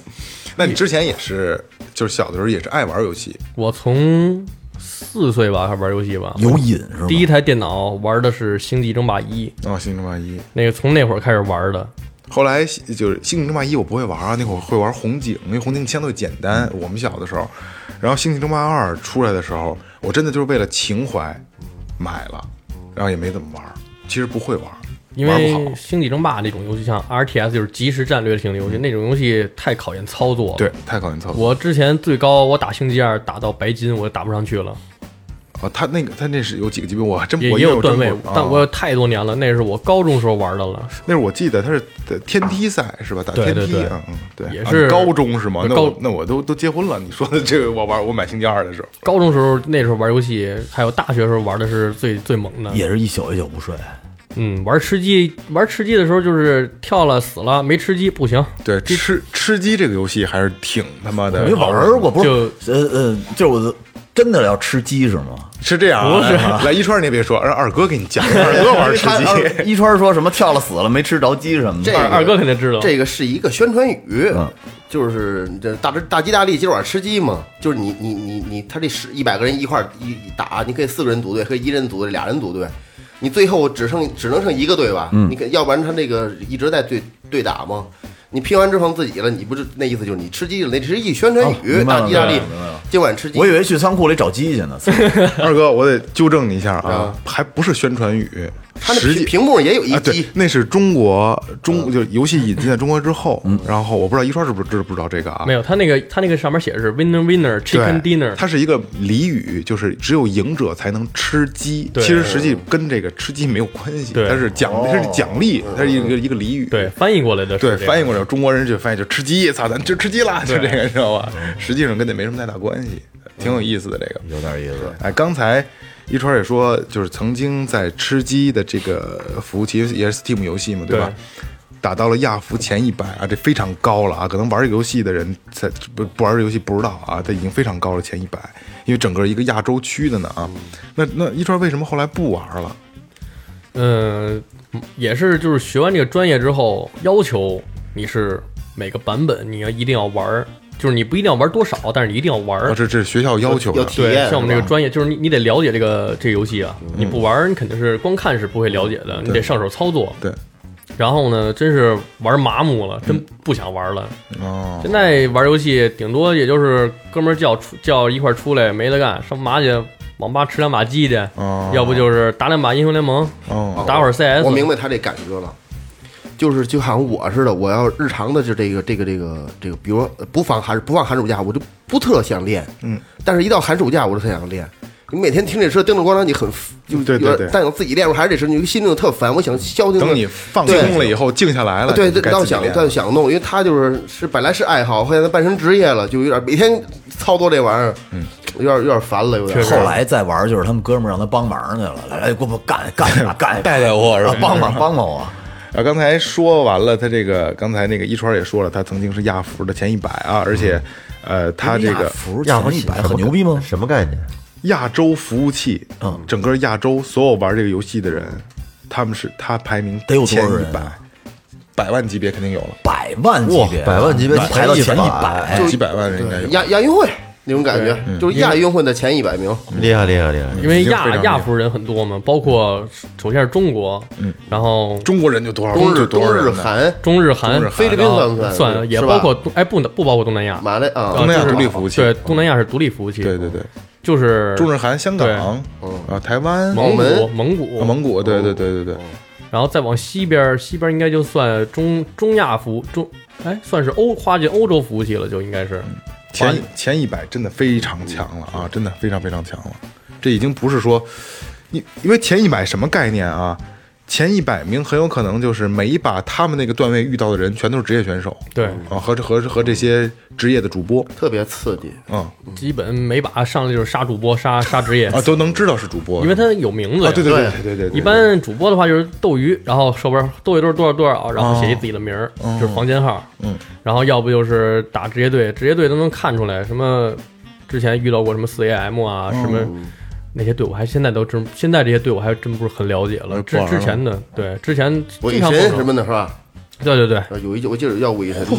那你之前也是，就是小的时候也是爱玩游戏，我从四岁吧，还玩游戏吧，有瘾是吧？第一台电脑玩的是《星际争霸一》，啊、哦，星际争霸一。那个从那会儿开始玩的。后来就是星际争霸一我不会玩啊，那会儿会玩红警，因为红警相对简单。我们小的时候，然后星际争霸二出来的时候，我真的就是为了情怀买了，然后也没怎么玩，其实不会玩，哦因玩为不好《星际争霸》那种游戏，像 RTS 就是即时战略型的游戏，那种游戏太考验操作了。嗯对，，太考验操作。我之前最高我打星际二打到白金，我打不上去了，啊，他那个他那是有几个级别，我还真也我也因为有我段真位不，啊但我太多年了，那是我高中时候玩的了。那是我记得他是呃天梯赛是吧？打对天对梯，对嗯嗯，对，也啊是高中是吗？那高我那我都都结婚了，你说的这个我玩我买星期二的时候，高中时候那时候玩游戏，还有大学时候玩的是最最猛的。也是一宿一宿不睡，嗯，玩吃鸡，玩吃鸡的时候就是跳了死了，没吃鸡不行。对吃吃鸡这个游戏还是挺他妈的没玩啊儿过，不是？就呃呃，就是我的真的要吃鸡是吗？是这样啊，不是来来一川你也别说，让二哥给 [laughs] 你讲，二哥玩吃 [laughs] 鸡，二呃一川说什么跳了死了没吃着鸡什么这的，个二二哥肯定知道，这个是一个宣传语，嗯就是这大吉大吉大利，今儿晚上吃鸡嘛，就是你你你你，他这十一百个人一块儿一一打，你可以四个人组队，可以一人组队，俩人组队，你最后只剩只能剩一个队吧，嗯你可要不然他那个一直在对对打嘛。你拼完之后自己了，你不就那意思就是你吃鸡了，那只是一宣传语，哦明白了大吉大利明白了明白了，今晚吃鸡。我以为去仓库里找鸡去呢。操 [laughs] 二哥我得纠正你一下啊啊，还不是宣传语，他那实屏际屏幕上也有一啊，对鸡，，那是中国嗯中就是游戏引进在中国之后，然后我不知道一川是不是知不知道这个啊？没有他那个他那个上面写的是 winner winner 对 chicken dinner，它是一个俚语，就是只有赢者才能吃鸡。对其实实际跟这个吃鸡没有关系，对哦它是奖，它是奖励，它是一个一个俚语。对，翻译过来的是对，这个翻译过来，中国人就翻译就吃鸡，操，咱就吃鸡啦，就这个，你知道吧？实际上跟那没什么太大关系，挺有意思的这个。有点意思，哎，刚才一川也说，就是曾经在吃鸡的这个服务器也是 Steam 游戏嘛，对吧？打到了亚服前一百啊，这非常高了啊！可能玩这个游戏的人才不不玩这游戏不知道啊，这已经非常高了前一百，因为整个一个亚洲区的呢啊。那那一川为什么后来不玩了？嗯，也是就是学完这个专业之后，要求你是每个版本你要一定要玩儿，就是你不一定要玩多少，但是你一定要玩儿。啊，这这是学校要求的。要体对，验像我们这是个吧专业，就是你你得了解这个这个游戏啊，你不玩儿你肯定是光看是不会了解的，你得上手操作。对，然后呢，真是玩麻木了，真不想玩了。哦，现在玩游戏顶多也就是哥们儿叫出叫一块儿出来没得干，上麻去网吧吃两把鸡去，哦要不就是打两把英雄联盟，哦，打会儿 CS。我明白他这感觉了，就是就好像我似的，我要日常的就这个这个这个这个，比如说呃不放寒不放寒暑假，我就不特想练，嗯，但是一到寒暑假我就特想练。你每天听这车叮着咣啷，你很就对对有点对但想自己练出还是这车，你心里就特烦。我想消停。等你放松了以后，静下来了，呃对你对，该倒自己想练倒想弄，因为他就是是本来是爱好，后来他办成职业了，就有点每天操作这玩意儿，嗯，有点有点烦了，有点。后来再玩，就是他们哥们儿让他帮忙去了，来，哎，给我干干干，带带我是吧？帮忙帮帮我。啊，刚才说完了，他这个刚才那个一川也说了，他曾经是亚服的前一百啊，而且，呃，他这亚个服亚服前一百什么很牛逼吗？什么概念？亚洲服务器，嗯，整个亚洲所有玩这个游戏的人，他们是他排名得有多前少一人百，百万级别肯定有了，百万级别啊，哇百万级别排到前前一一百百，几百万人应该有。亚亚运会那种感觉，嗯就是亚运会的前一百名，厉害厉害厉害！因为已经非常厉亚害亚服人很多嘛，包括首先是中国，然后中国人就多少？中日多日中少日人呢？韩中日韩、菲律宾算不然算后算也是吧包括东哎不不包括东南亚，马来啊，东南亚就是独立服务器对，东南亚是独立服务器，对对对，就是中日韩、香港啊、台湾、澳蒙古门蒙古啊蒙古，对对对对对，然后再往西边儿，西边儿应该就算中中亚服中，哎，算是欧跨进欧洲服务器了，就应该是。前一前一百真的非常强了啊，真的非常非常强了。这已经不是说，因因为前一百什么概念啊？前一百名很有可能就是每一把他们那个段位遇到的人全都是职业选手，对，啊，和这和和这些职业的主播，特别刺激。嗯基本每把上来就是杀主播、杀杀职业，啊，都能知道是主播，因为他有名字呀。啊，对对对对对对，对一般主播的话就是斗鱼，然后手边斗鱼都是多少多少，然后写一自己的名儿，就是房间号。嗯，然后要不就是打职业队，职业队都能看出来什么。之前遇到过什么四 AM 啊，什么那些队伍，还现在都真现在这些队伍还真不是很了解了。之之前的对之前韦经常碰神上什么的是吧？对对对，啊有一我记得叫韦神的，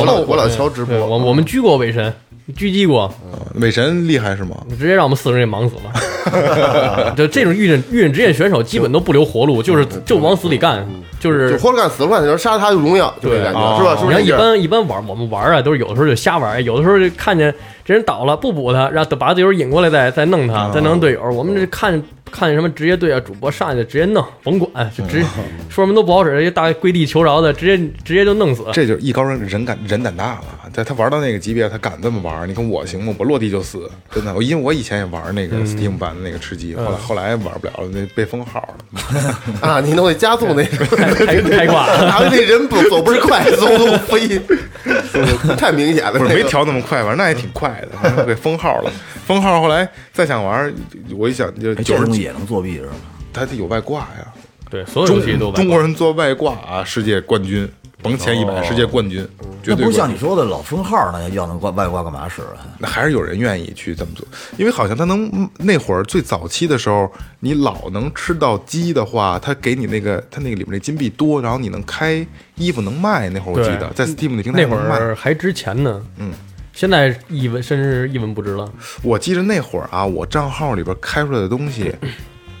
我老我老瞧直播对，嗯我我们狙过韦神，狙击过，啊美神厉害是吗？直接让我们四个人给忙死了。就这种遇见遇见职业选手，基本都不留活路，就是就往死里干，就。就是活着干死了干，你要杀他就荣耀，就这对啊感觉是吧？是你不看，是一这样？般一般玩我们玩啊，都是有的时候就瞎玩，有的时候就看见这人倒了不补他，让把队友引过来再再弄他，再弄队友。我们这看看什么职业队啊，主播上去直接弄，甭管就直接说什么都不好使，一大跪地求饶的，直接直接就弄死。这就是艺高人人敢人胆大了，在他玩到那个级别，他敢这么玩。你看我行吗？我落地就死，真的。我因为我以前也玩那个嗯 Steam 版的那个吃鸡，后来后来玩不了了，那被封号了。啊，你弄那加速那什么，开开 [laughs] 开挂然后那人不走不是快，嗖嗖 [laughs] 飞，太明显了。不是那个没调那么快，反正那也挺快 [laughs] 的，被封号了。封号后来再想玩，我一想就哎九这十东西几，也能作弊是吧？他得有外挂呀。对，所有游戏都中玩中国人做外挂啊，世界冠军，甭前一百，世界冠军，绝哦那对不冠是像军你。说的老封号那要那挂外挂干嘛使啊？那还是有人愿意去这么做，因为好像他能嗯那会儿最早期的时候，你老能吃到鸡的话，他给你那个他那个里面那金币多，然后你能开衣服能卖。那会儿我记得在 Steam 那平台那会能卖。儿还值钱呢，嗯，现在一文甚至一文不值了。我记得那会儿啊，我账号里边开出来的东西，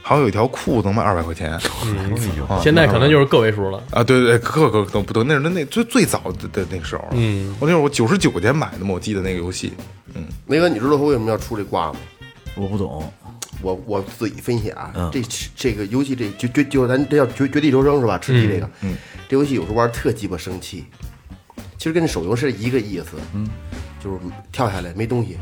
好像有一条裤子能卖二百块钱。啊现在可能就是个位数了。啊，对对，可可可不对，那是那那最最早的的那个时候，嗯，我那会儿我九十九块钱买的嘛，我记得那个游戏，雷哥，你知道他为什么要出这挂吗？我不懂，我我自己分析啊，嗯这这个游戏这绝绝就是咱这叫绝绝地求生是吧？吃嗯鸡这个，这游戏有时候玩特鸡巴生气，其实跟手游是一个意思，嗯，就是跳下来没东西，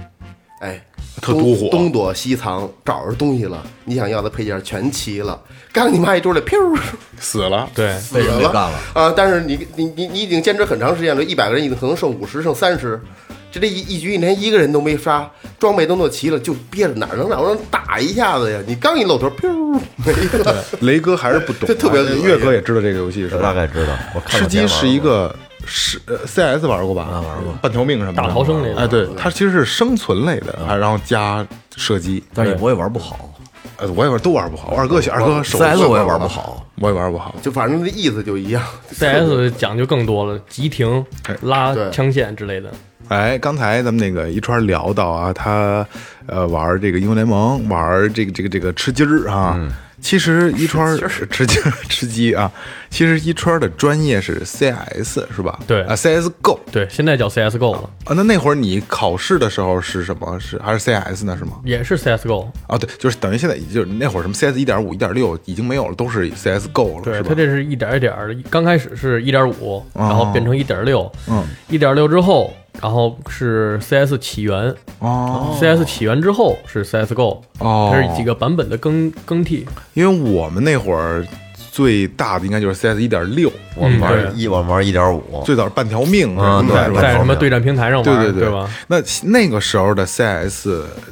哎，特东多火东躲西藏找着东西了，你想要的配件全齐了，刚你妈一出来，噗，死了，对，死被人给了干了啊！但是你你你你已经坚持很长时间了，一百个人已经可能剩五十剩三十，这这一一局你连一个人都没杀，装备都弄齐了，就憋着哪儿能让人打一下子呀？你刚一露头，噗，没了。雷哥还是不懂啊，这特别恶心岳哥也知道这个游戏是我大吧？概知道。我看吃过鸡前是玩一过个是呃 CS 玩过吧？玩过半条命什么的，大逃生类的哎，对，它其实是生存类的，啊然后加射击。但是也不会玩不好。呃，我也玩都玩不好，我二哥二哥手 CS 速我也玩不好，我也玩不好。 [laughs] 就反正那意思就一样。 CS 讲究更多了，急停哎、拉对枪线之类的。哎，刚才咱们那个一川聊到啊，他呃玩这个英雄联盟，玩这个这个这个吃鸡儿啊。嗯其实一川吃鸡儿吃鸡啊，其实一川的专业是 CS 是吧？对啊，CSGO 对，现在叫 CSGO 了，啊。那那会儿你考试的时候是什么？是还是 CS 呢？是吗？也是 CSGO。啊，对，就是等于现在就是那会儿什么 CS 一点五、一点六已经没有了，都是 CSGO 了，对，是它吧？这是一点儿一点儿的，刚开始是一点五，然后变成一点六，嗯，一点六之后，然后是 CS 起源、哦 c s 起源之后是 CSGO，哦，它是几个版本的更更替。因为我们那会儿最大的应该就是 CS 一点六，我们嗯对玩一我们玩一点五，最早是半条命嗯什么对的是吧在什么对战平台上玩，对对对吧？？那那个时候的 CS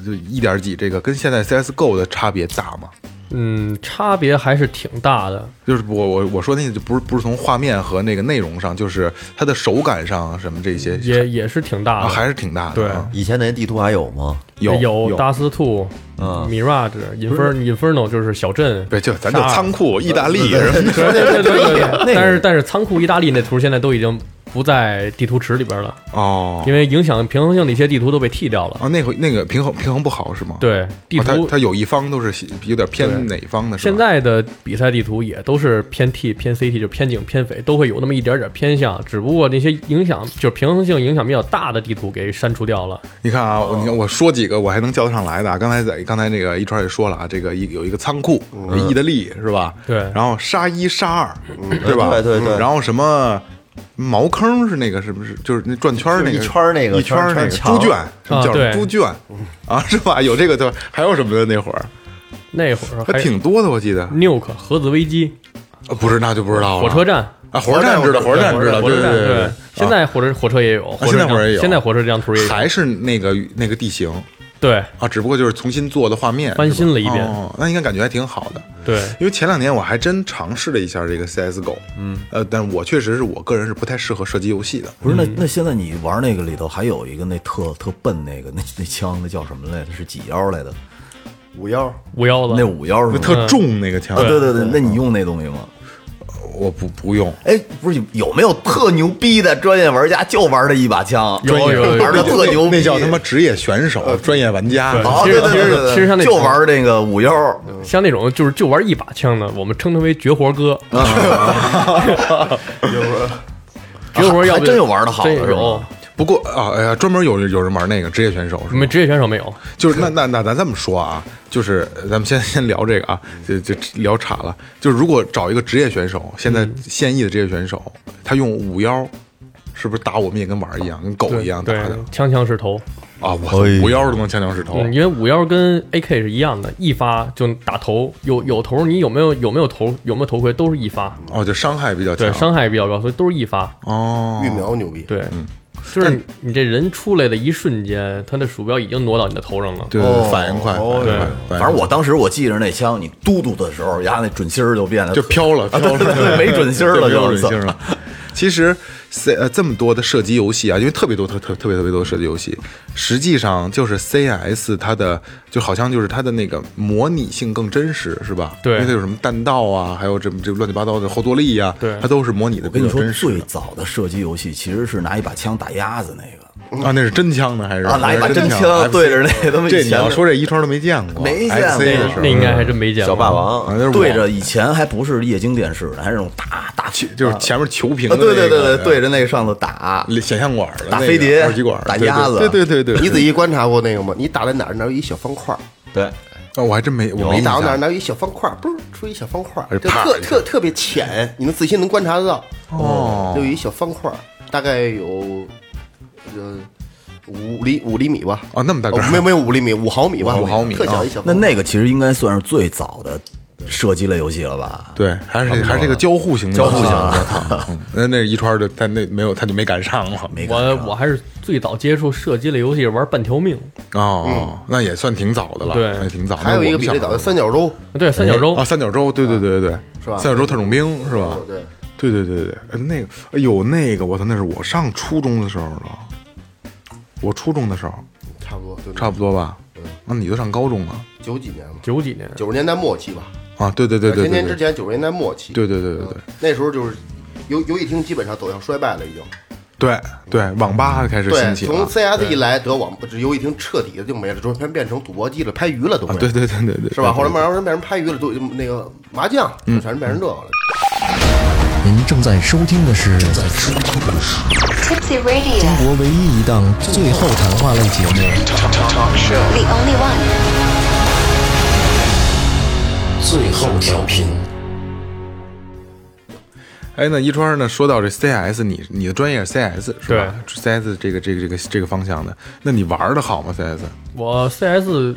就一点几，这个跟现在 CSGO 的差别大吗？嗯，差别还是挺大的。就是我我我说那就不是不是从画面和那个内容上，就是它的手感上什么这些，也也是挺大啊的，还是挺大的。对啊以前那地图还有吗？有有有 Das Two、嗯 Mirage、Infer Inferno 就是小镇，对，就咱就沙尔仓库意大利什么的。对对对对对。但是但是仓库意大利那图现在都已经不在地图池里边了， [laughs] 哦因为影响平衡性的一些地图都被剃掉了。哦，那回那个平衡平衡不好是吗？对，地哦，它图它有一方都是有点偏哪一方的是吧？现在的比赛地图也都是偏 T 偏 CT，就偏警偏匪都会有那么一点点偏向，只不过那些影响就是平衡性影响比较大的地图给删除掉了。你看啊，我你看我说几个我还能叫得上来的啊。刚才在刚才那个一川也说了啊，这个一有一个仓库，意大利是吧？嗯对嗯然后沙一沙二，对吧？对对对然后什么茅坑是那个是不是？就是那转圈儿那个就是一圈儿那个一圈儿那个圈儿猪圈，什么叫啊对猪圈啊？是吧？有这个对吧，还有什么的那会儿那会儿还还挺多的，我记得。 Nuke 核子危机、呃不是，那就不知道了。火车站。啊，火车站知道，火车站知道，火对车站对对。现在火车火车也有，火现车在火车站也有现在火车这张图也有，还是那个那个地形对啊，只不过就是重新做的画面，翻新了是吧一遍哦，那应该感觉还挺好的。对，因为前两年我还真尝试了一下这个 CSGO，嗯，呃，但我确实是我个人是不太适合射击游戏的。不是，那那现在你玩那个里头还有一个那特特笨那个那那枪，那叫什么来着？是几幺来的？五幺，五幺了那。五幺是那吗？特嗯重那个枪啊，，对对对，那你用那东西吗？我不不用，哎，不是有没有特牛逼的专业玩家就玩这一把枪？有有有有玩的特牛逼，那叫他妈职业选手、专业玩家。哦，其对实对其对实对，其实像那嗯就种玩那个五幺，像那种就是就玩一把枪的，我们称它为绝活哥。 [laughs] 啊绝活要还不真有玩的好的真是有吧？不过啊，哎呀，专门有有人玩那个职业选手是你吗们？职业选手没有？就是那那那咱这么说啊，就是咱们先 [laughs] 先聊这个啊，就就聊岔了。就是如果找一个职业选手，现在嗯现役的职业选手，他用五幺，是不是打我们也跟玩儿一样，跟狗对一样打对的，枪枪是头。啊？我哎五幺都能枪枪使头。嗯，因为五幺跟 AK 是一样的，一发就打头，有有头，你有没有有没有头有没有头盔都是一发，哦，就伤害比较强。对，伤害比较高，所以都是一发。哦，育苗牛逼。对，就是你你这人出来的一瞬间，他的鼠标已经挪到你的头上了。对对对，反应快，反应快对反哦反应正我当时我记着那枪，你嘟嘟的时候，呀，那准心儿就变了，快就飘了，飘了，啊对对对没准心儿了对没就有准心儿了。 [laughs] 其实，C 呃这么多的射击游戏啊，因为特别多特特特别特别多的射击游戏，实际上就是 CS 它的就好像就是它的那个模拟性更真实，是吧？对因为它有什么弹道啊，还有这这乱七八糟的后坐力啊，对它都是模拟的我跟比你较说，真实最的早的射击游戏其实是拿一把枪打鸭子那啊，那是真枪呢还是个啊，拿一把真枪枪对着那他妈这以你前要的说这一川都没见过，没见 FC 的时过候那应该还真没见小过。霸王啊，就是我对着以前还不是液晶电视呢，还是那种大大其就是前面球屏的啊，那个，对对对对，对着那个上头打，显像管的打那飞个碟二极管打对对鸭子对对对对，你仔细观察过那个吗？你打在哪儿？哪儿有一小方块儿？对，啊，我还真没，我没你打到哪儿？印象哪儿有一小方块儿？不是出一小方块儿，哎就啪特一下特特别浅，你能仔细能观察得到。哦就有一小方块儿，大概有呃五厘五厘米吧。哦那么大个哦儿没有没有五厘米，五毫米吧，五毫米啊特小一小那方块儿。那个其实应该算是最早的射击类游戏了吧？对，还是还是一个交互型的，交互型的的。 [laughs] [laughs] 嗯那那一川的，他那没有，他就没赶上了。没我我还是最早接触射击类游戏玩半条命，哦，那也算挺早的了，对那也挺早。嗯还有一个比那我们这早小时的候三角洲，对，三角洲啊，三角洲，对对对对对，是吧三角洲特种兵是吧？对，对对对对，呃那个哎呦，那个我操，那是我上初中的时候了，我初中的时候差不多，对，差不多吧？嗯那你都上高中了九几年了，九几年，九十年代末期吧，啊？对对对对天天之对，前九十年代末期，对对对对对那时候就是游游戏厅基本上走向衰败了，已经。对对，网吧开始对，兴起从了，啊 CS 一来，德网这游戏厅彻底的就没了，就是全变成赌博机了，拍鱼了都啊没，对对对对对，是吧？后来慢慢慢慢变成拍鱼了，都那个麻将，全是变成这个了。您正在收听的是 Tipsy Radio, 中国唯一一档最后谈话类节目 the only one. 《最后调频》。哎，那一川呢？说到这 CS，你你的专业是 CS 是吧？CS 这个这个这个这个方向的，那你玩的好吗？CS 我 CS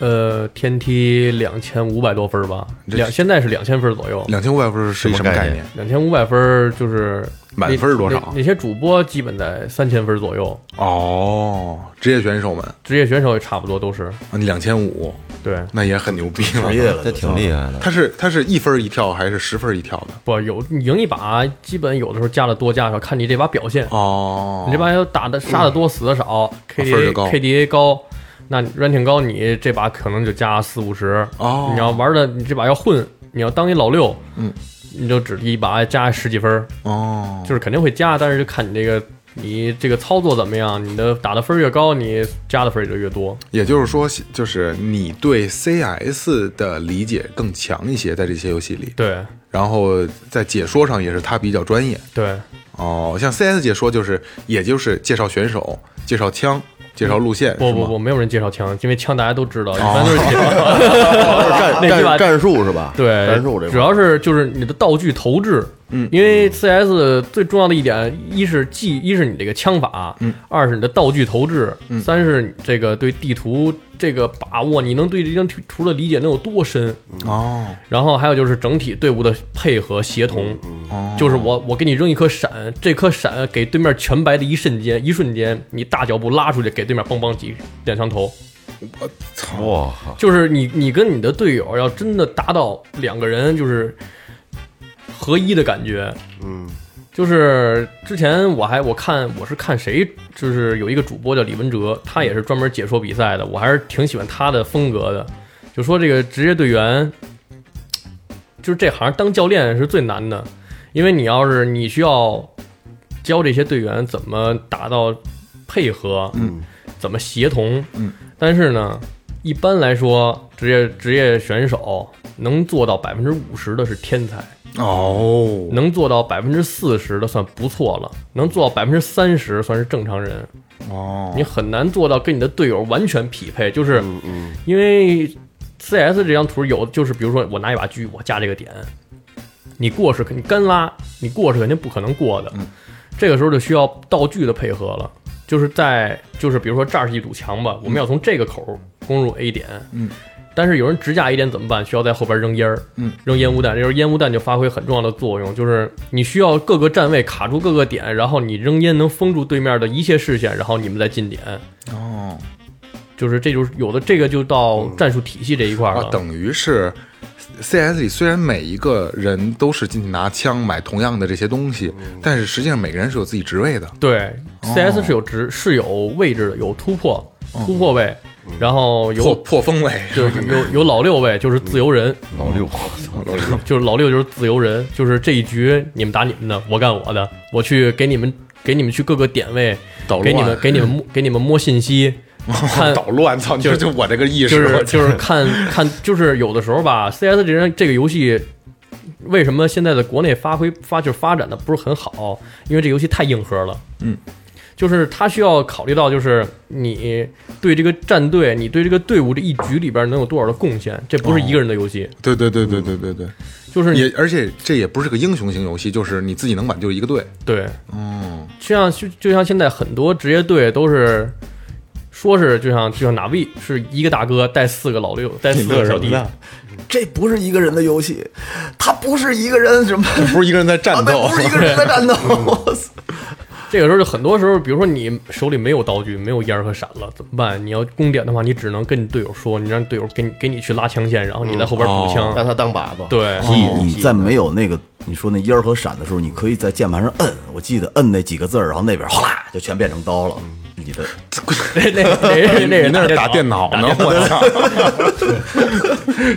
呃天梯两千五百多分儿吧，这两现在是两千分儿左右，两千五百分是一什么概概念念？两千五百分儿就是满分儿多少那那些主播基本在三千分儿左右，哦，职业选手们，职业选手也差不多都是啊你两千五，对。那也很牛逼了职。业了这就，挺厉害的。他是他是一分一跳还是十分一跳的？不有你赢一把，基本有的时候加的多加的少，看你这把表现。哦，你这把要打的杀的多死的少分儿就，KDA 高 KDA 高，那 ranking 高，你这把可能就加四五十。哦你要玩的你这把要混，你要当一老六，嗯，你就只一把加十几分儿，哦，就是肯定会加，但是就看你这个你这个操作怎么样，你的打的分儿越高，你加的分儿也就越多。也就是说，就是你对 CS 的理解更强一些，在这些游戏里，对然后在解说上也是他比较专业。对哦，像 CS 解说就是，也就是介绍选手、介绍枪、介绍路线，不是吗不不，没有人介绍枪，因为枪大家都知道，一般都是介绍。哦 [laughs] 那战这把战术是吧？对，战术这主要是就是你的道具投掷，嗯，因为 CS 最重要的一点，一是技，一是你这个枪法，嗯，二是你的道具投掷，嗯，三是你这个对地图这个把握，你能对这张图的理解能有多深，哦然后还有就是整体队伍的配合协同，哦，就是我我给你扔一颗闪，这颗闪给对面全白的一瞬间，一瞬间你大脚步拉出去，给对面梆梆几两枪头，操，哇靠！就是你你跟你的队友要真的达到两个人就是合一的感觉，嗯，就是之前我还我看我是看谁，就是有一个主播叫李文哲，他也是专门解说比赛的，我还是挺喜欢他的风格的，就说这个职业队员，就是这行当教练是最难的，因为你要是你需要教这些队员怎么达到配合，嗯，怎么协同，嗯，但是呢。一般来说，职业职业选手能做到百分之五十的是天才，哦，能做到百分之四十的算不错了，能做到百分之三十算是正常人。哦，嗯你很难做到跟你的队友完全匹配，就是因为 CS 这张图有，就是比如说我拿一把狙，我加这个点，你过是肯你干拉，你过是肯定不可能过的，这个时候就需要道具的配合了。就是在就是比如说这儿是一堵墙吧，我嗯们要从这个口攻入 A 点，嗯，但是有人直架 A 点怎么办？需要在后边扔烟儿，嗯，扔烟雾弹，这时候烟雾弹就发挥很重要的作用，就是你需要各个站位卡住各个点，然后你扔烟能封住对面的一切视线，然后你们再进点。哦，就是这就是有的这个就到战术体系这一块嗯儿啊了，，等于是 CS 里虽然每一个人都是进去拿枪买同样的这些东西，嗯但是实际上每个人是有自己职位的。对，CS 哦是有值是有位置的，有突破突破位，然后嗯破有破风位就是有有老六位，就是自由人，老六，就是老六就是自由人，就是这一局你们打你们的，我干我的，我去给你们给你们去各个点位捣，乱 [laughs] 给你们给你们 [laughs] 摸给你们摸信息，[laughs] 看捣乱，操！就就我这个意识， [laughs] 就是 [laughs] 我就是看看，就是有的时候吧，CS 这人这个游戏为什么现在在国内发挥发就是发展的不是很好？因为这游戏太硬核了。嗯，就是它需要考虑到，就是你对这个战队，你对这个队伍这一局里边能有多少的贡献，这不是一个人的游戏， [laughs] 对对对对对对对，就是你也而且这也不是个英雄型游戏，就是你自己能挽救一个队。对，嗯，就像就就像现在很多职业队都是。说是就像就像哪位是一个大哥带四个老六带四个小弟，这不是一个人的游戏，他不是一个人什么， [laughs] 不是一个人在战 [laughs] 啊，对，不是一个人在战斗。这个时候就很多时候，比如说你手里没有道具，没有烟儿和闪了，怎么办？你要攻点的话，你只能跟你队友说，你让队友给你给你去拉枪线，然后你在后边补枪。让他当靶子。对，你你在没有那个你说那烟儿和闪的时候，你可以在键盘上摁，我记得摁那几个字儿，然后那边哗啦就全变成刀了。你的 [laughs] 那那那那人那是打打电脑呢，我操！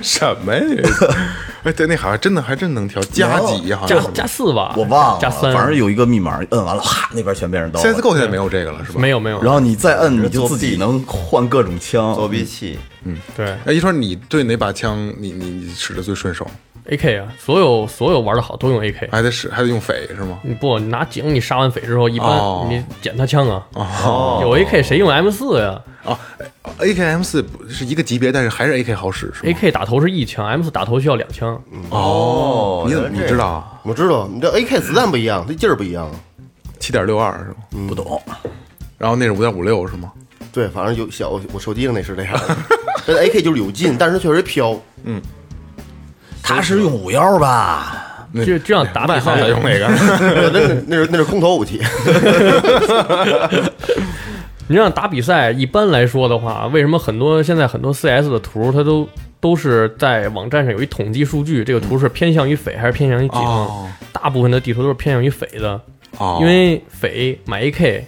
什么呀？ [laughs] 哎，对，那好像真的还真能调加几，好加像加四吧，我忘了，加三，反正有一个密码，摁完了哗那边全变成刀了。 CSGO 现在没有这个了，是吧？没有没有，然后你再摁，你就作弊自己能换各种枪。作弊器，对哎，一川，你对哪把枪你你你使的最顺手？ AK 啊，所有所有玩的好都用 AK。还得使还得用匪是吗？你不拿井，你杀完匪之后，一般哦你捡他枪啊。有 AK 谁用 M 四呀啊，AKM 四是一个级别，但是还是 AK 好使是吗？ ？AK 打头是一枪，M 四打头需要两枪。哦，你怎么你知道啊？我知道，你这 AK 子弹不一样，那劲儿不一样。七点六二是吗？嗯不懂，然后那是五点五六是吗？对，反正有小我手机上那是这样的，但 AK 就是有劲，但是确实飘。他是用五幺吧？那就就像打比外行赛才用那个，那是那是那是空投武器， [laughs] 你像打比赛，一般来说的话，为什么很多现在很多 CS 的图，它都都是在网站上有一统计数据，这个图是偏向于匪还是偏向于警？哦大部分的地图都是偏向于匪的，哦因为匪买 AK，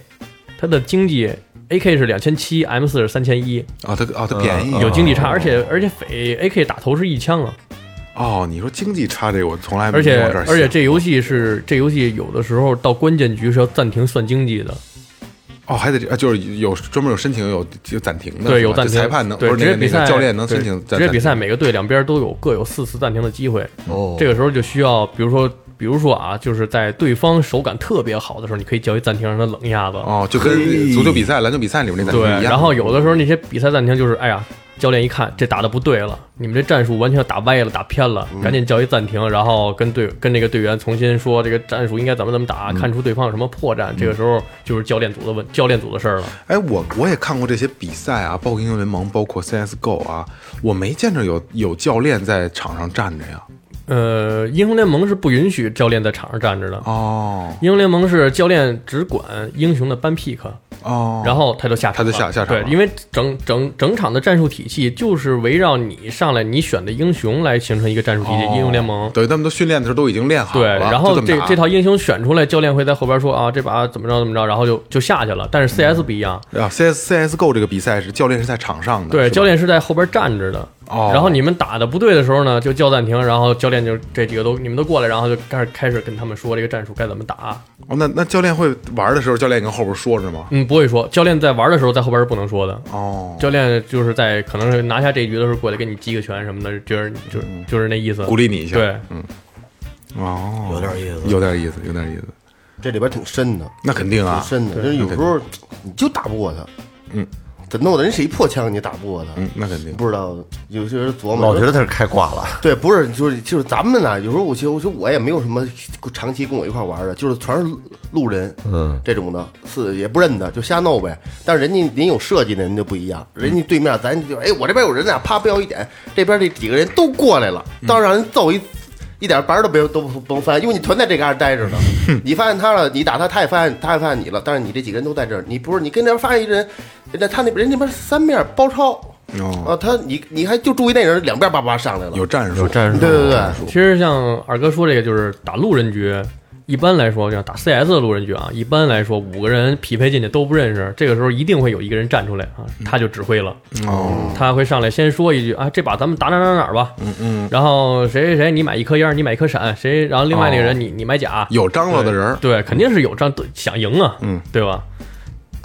它的经济 AK 是两千七，M 四是三千一，啊，它啊它便宜有经济差，而且而且匪 AK 打头是一枪啊，哦。你说经济差这个我从来没而且往这儿想啊而且这游戏是这游戏有的时候到关键局是要暂停算经济的，哦还得啊就是有专门有申请有有暂停的对，是吧有暂就停，裁判能对不是职那业个那比赛个教练能申请对暂职业比赛，暂停每个队两边都有各有四次暂停的机会。哦这个时候就需要，比如说，比如说啊，就是在对方手感特别好的时候，你可以叫一暂停，让他冷一下子。哦，就跟嘿足球比赛、篮球比赛里面那暂停 [laughs] 对一样，。然后有的时候那些比赛暂停就是，哎呀，教练一看这打的不对了，你们这战术完全打歪了，打偏了，赶紧叫一暂停，然后跟队跟那个队员重新说这个战术应该怎么怎么打，看出对方有什么破绽。这个时候就是教练组的问教练组的事儿了。哎，我我也看过这些比赛啊，包括英雄联盟，包括 CSGO 啊，我没见着有有教练在场上站着呀。呃，英雄联盟是不允许教练在场上站着的。哦英雄联盟是教练只管英雄的班 pick，哦，然后他就下他场了，就下下场了对，因为整整整场的战术体系就是围绕你上来你选的英雄来形成一个战术体系。哦英雄联盟等于他们都训练的时候都已经练啊好对，了，然后就这么打这套英雄选出来，教练会在后边说啊，这把怎么着怎么着，然后就就下去了。但是 CS 不一样，啊 CS CSGO 这个比赛是教练是在场上的，对，是吧教练是在后边站着的。哦然后你们打的不对的时候呢，就叫暂停，然后教练就这几个都你们都过来，然后就开始开始跟他们说这个战术该怎么打。哦，那那教练会玩的时候，教练跟后边说是吗？嗯，不会说，教练在玩的时候在后边是不能说的。哦，教练就是在可能是拿下这一局的时候过来给你击个拳什么的，就是就是就是那意思，鼓励你一下，对，哦，有点意思有点意思，有点意思，这里边挺深的，那肯定挺啊，深的。就是有时候你就打不过他，嗯，怎弄的人谁破枪你也打不过他，嗯，那肯定，不知道有些人琢磨。老觉得他是开挂了， [laughs] 对，不是就是就是咱们呢，有时候我觉得我觉得我也没有什么长期跟我一块玩的，就是全是路人，嗯，这种的，是也不认得，就瞎闹呗。但是人家您有设计的，人就不一样，人家对面咱就哎，我这边有人啊，啪标一点，这边这几个人都过来了，嗯到让人揍一。一点白儿都别都不甭翻，因为你全在这旮旯待着 [laughs] 呢。你发现他了，你打他，他也发现他也发现你了。但是你这几个人都在这儿，你不是你跟那边发现一人，那他那人那边三面包抄，哦，啊，他你你还就注意那人两边叭叭上来了，有战术，有战术对对对，其实像二哥说这个，就是打路人局，一般来说，就像打 CS 的路人局啊，一般来说五个人匹配进去都不认识，这个时候一定会有一个人站出来啊，他就指挥了，嗯啊哦，他会上来先说一句啊，这把咱们打哪儿哪儿哪儿吧，嗯嗯，然后谁谁谁你买一颗烟，你买一颗闪，谁，然后另外那个人你你买甲，哦有张罗的人儿，对，肯定是有这样想赢啊，嗯，对吧？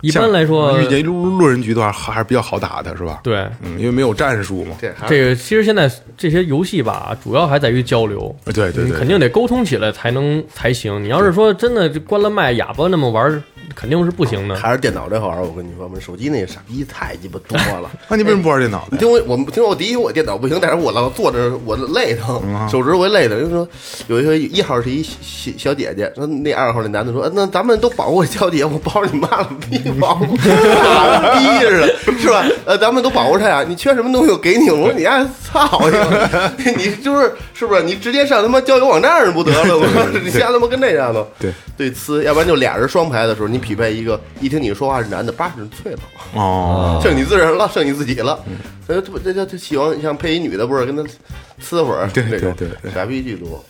一般来说像，遇见路路人局的话，还还是比较好打的，是吧？，对，嗯，因为没有战术嘛，这还这个其实现在这些游戏吧，主要还在于交流，对对对你对肯定得沟通起来才能才行。你要是说真的就关了麦哑巴那么玩儿，肯定是不行的。还是电脑这好玩儿，我跟你说，我们手机那傻逼太鸡巴多了。那你为什么不玩电脑你呢？听我，我们听我第一，我电脑不行，但是我老坐着，我累疼， [laughs] 手指我累的。就说有一个一号是一小小姐姐，说那二号那男的说，呃那咱们都保护我小姐，我抱着你妈了逼，保护傻逼似的，是吧？呃，咱们都保护他呀。你缺什么东西我给你，我说你爱操去吧， [laughs] 你就是是不是？你直接上他妈交友网站上不得了吗？你瞎他妈跟那样的对对呲，要不然就俩人双排的时候，你匹配一个，一听你说话是男的，八十脆了，哦，剩你自人了，剩你自己了。这这这这这喜欢像配一女的，不是跟他呲会儿，对这种对对对傻逼居多。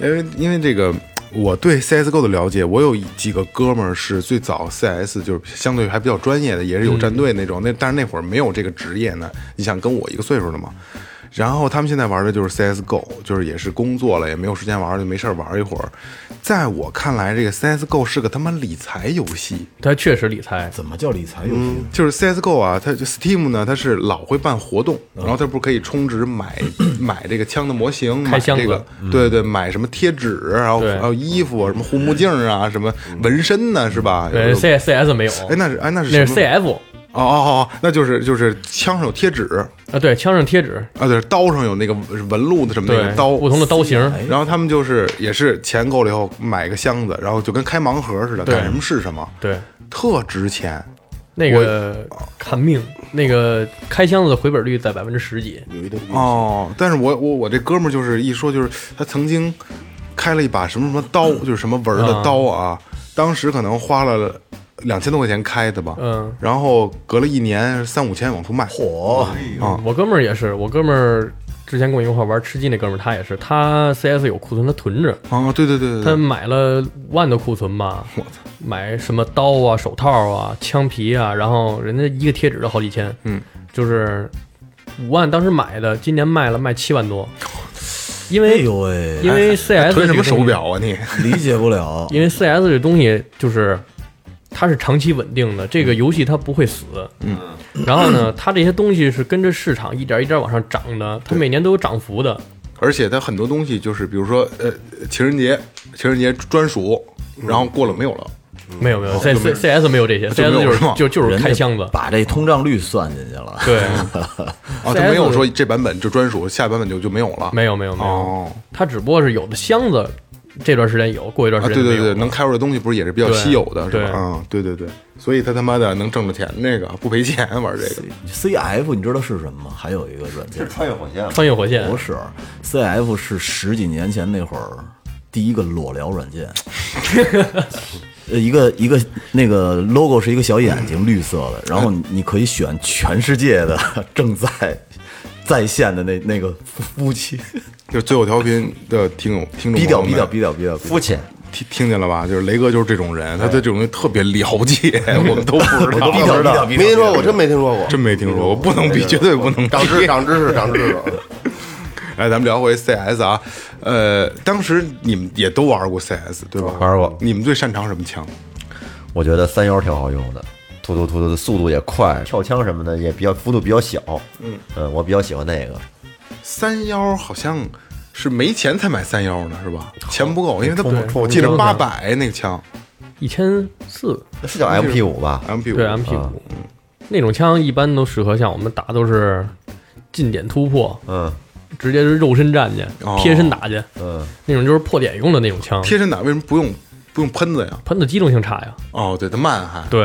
因为因为这个我对 CSGO 的了解，我有几个哥们儿是最早 CS 就是相对还比较专业的，也是有战队那种，那但是那会儿没有这个职业呢。你想跟我一个岁数的嘛？然后他们现在玩的就是 CSGO，就是也是工作了，也没有时间玩，就没事儿玩一会儿。在我看来，这个 CSGO 是个他妈理财游戏。他确实理财，怎么叫理财游戏呢？就是 CSGO 啊，它就 Steam 呢，它是老会办活动，嗯然后它不是可以充值买买这个枪的模型，开买箱这个子，嗯对对，买什么贴纸，然后对嗯还有衣服啊，什么护目镜啊，什么纹身呢，是吧？有对有 C C S 没有，哎，那是哎那是那什是么 C F 哦哦哦，那就是就是枪上有贴纸啊，对，枪上贴纸，啊，对，刀上有那个纹路的什么那对个，刀，哎不同的刀型，然后他们就是也是钱够了以后买个箱子，然后就跟开盲盒似的，对干什么是什么，对，特值钱。那个看命，那个开箱子的回本率在百分之十几，哦，但是我我我这哥们儿就是一说就是他曾经开了一把什么什么刀，就是什么纹儿的刀啊，嗯当时可能花了两千多块钱开的吧，嗯，然后隔了一年三五千往出卖，火啊我哥们儿也是，我哥们儿之前跟我一块儿玩吃鸡那哥们儿，他也是，他 CS 有库存，他囤着，啊，对对对对他对，买了五万的库存吧，我操，买什么刀啊、手套啊、枪皮啊，然后人家一个贴纸都好几千，嗯，就是五万当时买的，今年卖了卖七万多，因哎为呦喂，因为 CS 哎囤什么这个手东西表啊你？ [laughs] 理解不了。因为 CS 这东西就是它是长期稳定的，这个游戏它不会死。嗯，然后呢， [clears throat] 它这些东西是跟着市场一点一点往上涨的，它每年都有涨幅的。而且它很多东西就是比如说呃情人节情人节专属，然后过了没有了，没有没有，C 哦 C C S 没有这些，C 就没有 S 就是是吗就就是人家开箱子。 [laughs] 把这通胀率算进去了。 [laughs] 对，啊，它 CS 没有说这版本就专属，下版本就就没有了，没有没有没啊有哦，它只不过是有的箱子这段时间有，过一段啊，时对间就对没对，有了。能开出的东西不是也是比较对稀有的，是吧？对啊，对对对，所以他他妈的能挣着钱，那个不赔钱玩这个， CF 你知道是什么吗？还有一个软件是穿越火线吗？穿越火线不是 CF 是十几年前那会儿第一个裸聊软件。 [laughs] 呃，一个一个那个 logo 是一个小眼睛，绿色的，然后你你可以选全世界的 [laughs] 正在在线的那那个夫妻，就是最后调频的听友听众低调朋低友调们低调低调，肤浅，听听见了吧？就是雷哥就是这种人，他对这种东西特别了解，我们都不知道，低调低调低没听调。说，过，真没听说过，真没听说过，不能比，绝对不能比长。知识长知识长知识。哎，咱们聊回 CS 啊，呃，当时你们也都玩过 CS 对吧？玩过你们最擅长什么枪？我觉得三幺挺好用的，突突突突的速度也快，跳枪什么的也比较幅度比较小。嗯我比较喜欢那个，三幺好像是没钱才买三幺呢，是吧？钱不够，因为他充不我记得充八百那个枪一千四，那是叫 MP 五吧？ ，MP 五对 M P 五，嗯那种枪一般都适合像我们打都是近点突破，嗯直接是肉身战去哦，贴身打去，嗯，那种就是破点用的那种枪，贴身打为什么不用不用喷子呀？喷的机动性差呀。哦，对，它慢还，对，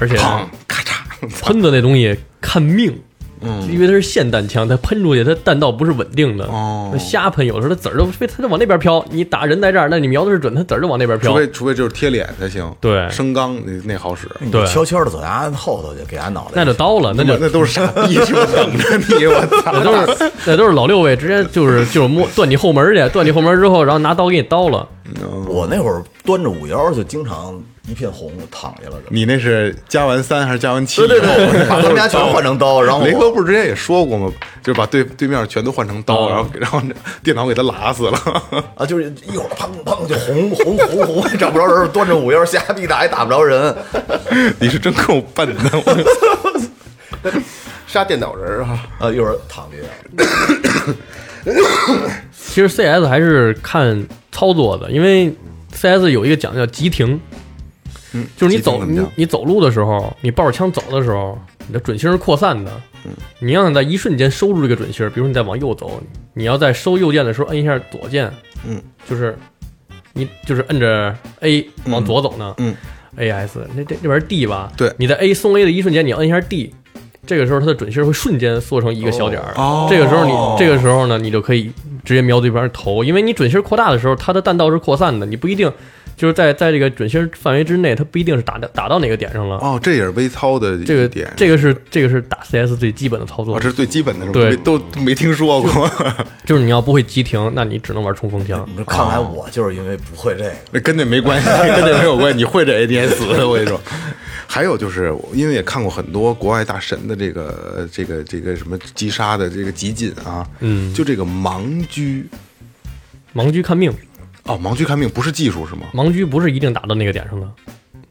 而嗯且砰咔嚓，喷子那东西看命，嗯，因为它是霰弹枪，它喷出去它弹道不是稳定的，哦它瞎喷，有时候它籽儿都飞，它就往那边飘。你打人在这儿，那你瞄的是准，它籽儿就往那边除飘。非除非就是贴脸才行，对升钢那那好使。你对悄悄的走家后头去，给俺脑袋那就刀了，那就那都是傻逼， [laughs] 是吧？等着你，我操！那都是那都是老六位，直接就是就是摸断你后门去，断你后门之后，然后拿刀给你刀了。我那会儿端着五幺就经常一片红，我躺 [laughs] 下了就。 [laughs] 你那是加完三还是加完七？把他们家全换成刀，然后雷哥我不是之前也说过吗？就是把对对面全都换成刀，然后然后电脑给他拉死了。 [laughs] 啊，就是一会儿砰砰就红红红红，找不着人，端着五幺瞎逼打也打不着人。你是真够笨的，我杀电脑人儿啊，啊，一会儿躺地其实 CS 还是看操作的，因为 CS 有一个讲叫急停，嗯，就是你急停走怎么你讲你走路的时候，你抱着枪走的时候，你的准星是扩散的，嗯，你要想在一瞬间收住这个准星，比如你再往右走，你要在收右键的时候摁一下左键，嗯，就是你就是摁着 A 往左走呢，嗯，A S 那这这边是 D 吧？对你在 A 松 A 的一瞬间，你摁一下 D。这个时候它的准星会瞬间缩成一个小点儿。哦这个时候你这个时候呢，你就可以直接瞄对方头，因为你准星扩大的时候，它的弹道是扩散的，你不一定就是在在这个准星范围之内，它不一定是打到打到哪个点上了。哦，这也是微操的这个一点，这个是这个是打 CS 最基本的操作哦，这，是最基本的，是吧对都都没听说过。就是你要不会急停，那你只能玩冲锋枪。嗯你说看来我就是因为不会这个，那 [laughs] 跟这没关 [laughs] 系，跟这没有关系。你会这 ADS 的，我跟你说。还有就是，我因为也看过很多国外大神的这个这个这个什么击杀的这个集锦啊，嗯，就这个盲狙盲狙看命，哦，盲狙看病不是技术是吗？盲狙不是一定打到那个点上的，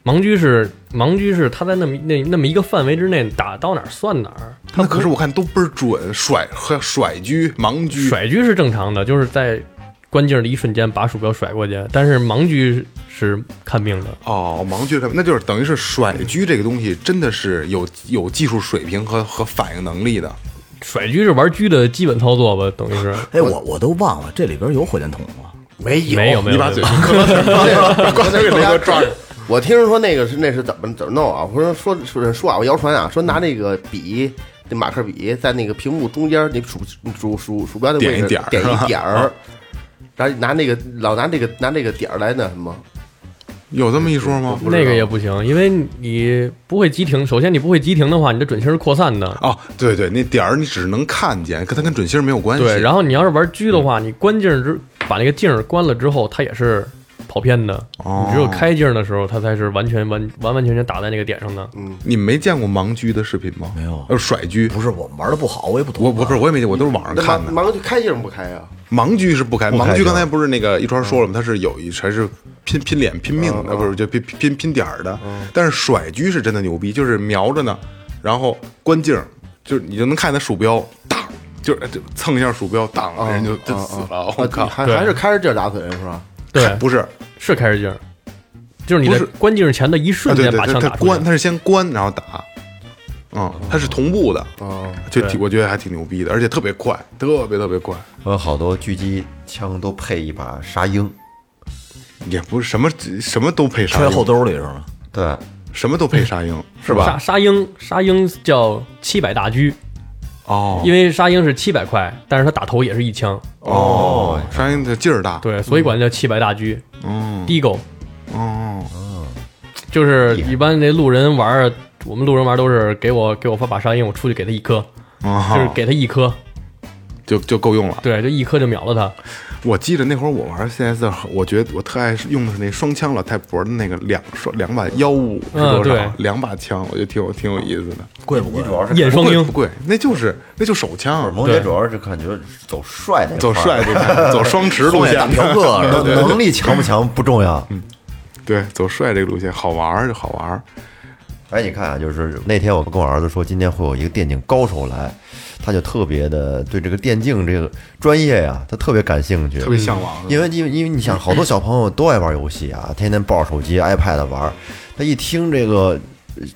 盲狙是盲狙是它在那么那那么一个范围之内打到哪儿算哪儿。那可是我看都倍儿准，甩和甩狙、盲狙，甩狙是正常的，就是在关键的一瞬间把鼠标甩过去，但是盲狙是看命的。哦，盲狙看病，那就是等于是甩狙这个东西真的是有有技术水平和和反应能力的。甩狙是玩狙的基本操作吧，等于是哎，我我都忘了这里边有火箭筒吗？没有，没有没有你把嘴磕了，把嘴给雷哥抓着。我听说那个是那是怎么怎么弄啊？我说说说说啊，我谣传啊，说拿那个笔，那马克笔在那个屏幕中间，你鼠鼠鼠鼠标的位点置一点儿点是吧啊一点儿，然后拿那个老拿那个拿那个点儿来那什么，有这么一说吗？那个也不行，因为你不会急停。首先你不会急停的话，你的准星是扩散的。哦，对对，那点儿你只能看见，跟它跟准星儿没有关系。对，然后后你要是玩狙的话，嗯你关镜儿之把那个镜儿关了之后，它也是跑偏的。哦你只有开镜儿的时候，它才是完全完完完全全打在那个点上的。你们没见过盲狙的视频吗？没有呃，甩狙。不是我们玩的不好，我也不懂啊。我我不是我也没见，过，我都是网上那看盲的。盲就开镜不开啊？盲狙是不开，开盲狙就刚才不是那个一川说了吗？它是有一还是拼拼脸拼命的，呃不是就拼拼拼点儿的。但是甩狙是真的牛逼，就是瞄着呢，然后观镜儿，就是你就能看见它鼠标当，就是就蹭一下鼠标当，人就就死了。我哦靠！啊还还是开着劲儿打腿是吧？对，不是，是开着镜儿，就是你不在是关镜儿前的一瞬啊，对间对，把它枪它打出来。关，它是先关然后打，嗯，它是同步的，哦，就挺我觉得还挺牛逼的，而且特别快，特别特别快，我有好多狙击枪都配一把沙鹰，也不是什么什么都配沙揣后鹰，兜里 [laughs] 是吗？对，什么都配沙鹰是沙吧？沙鹰，沙鹰叫七百大狙，哦因为沙鹰是七百块，但是它打头也是一枪，哦，沙鹰的劲儿大，对，所以管它叫七百大狙。嗯， Deagle 嗯哦，就是一般那路人玩儿，我们路人玩儿都是给我给我发把沙鹰，我出去给他一颗，就是哦，给他一颗，就就够用了。对，就一颗就秒了他。我记得那会儿我玩 CS，我觉得我特爱用的是那双枪老太婆的那个两双两把幺五是嗯多对少？两把枪，我觉得挺有挺有意思的。贵不贵？燕不双贵鹰不贵，那就是那就手枪，萌姐主要是感觉走帅那走块儿帅这个，走双持路线大，嫖客是 [laughs] 吧能能力强不强不重要。对，走帅这个路线好玩儿就好玩儿。哎，你看啊，就是那天我跟我儿子说，今天会有一个电竞高手来，他就特别的对这个电竞这个专业呀、他特别感兴趣，特别向往是吧因为因为因为你想，好多小朋友都爱玩游戏啊，天天抱着手机、iPad 玩儿，他一听这个。呃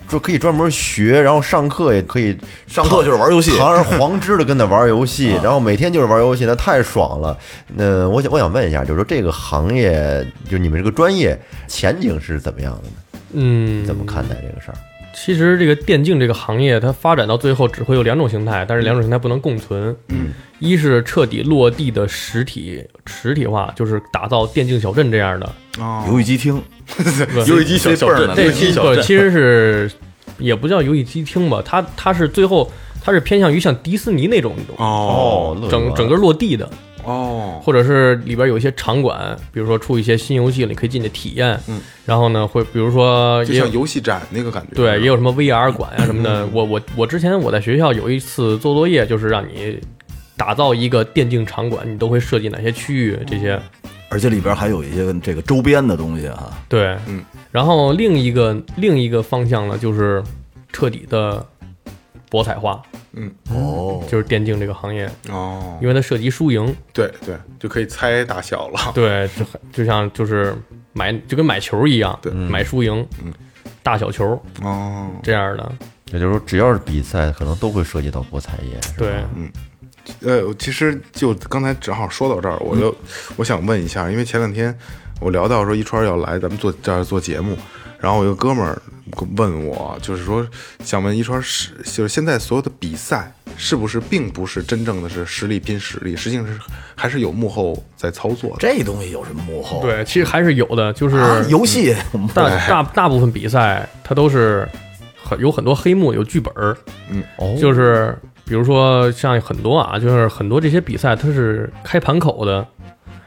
就可以专门学，然后上课也可以 [laughs] 上课就是玩游戏，啊堂而皇之的跟他玩游戏，然后每天就是玩游戏，那太爽了。那我想我想问一下，就是说这个行业，就你们这个专业前景是怎么样的呢？嗯，怎么看待这个事儿？其实这个电竞这个行业，它发展到最后只会有两种形态，但是两种形态不能共存。嗯，一是彻底落地的实体实体化，就是打造电竞小镇这样的。哦游戏机厅，嗯啊游戏机小小镇，这其个其实是也不叫游戏机厅吧，它它是最后它是偏向于像迪士尼那种哦哦，乐整园整个落地的，哦，或者是里边有一些场馆，比如说出一些新游戏，你可以进去体验。嗯，然后呢，会比如说就也有像游戏嗯展那个感觉。对，也有什么 VR 馆呀、什么的。我我我之前我在学校有一次做作业，就是让你打造一个电竞场馆，你都会设计哪些区域这哦些。而且里边还有一些这个周边的东西啊。对，嗯。然后另一个另一个方向呢，就是彻底的博彩化，哦，就是电竞这个行业，哦，因为它涉及输赢。对对，就可以猜大小了。对，就很就像就是买就跟买球一样，对买输赢，大小球哦，这样的。也就是说，只要是比赛，可能都会涉及到博彩业。是吧对，呃，其实就刚才正好说到这儿，我就、我想问一下，因为前两天我聊到说一川要来咱们做这儿做节目，然后我有个哥们儿问我，就是说想问一川是就是现在所有的比赛是不是并不是真正的是实力拼实力，实际上是还是有幕后在操作的。这东西有什么幕后？对，其实还是有的，就是、啊，游戏我们大大大部分比赛它都是很有很多黑幕，有剧本儿，嗯，哦，就是比如说像很多啊，就是很多这些比赛它是开盘口的，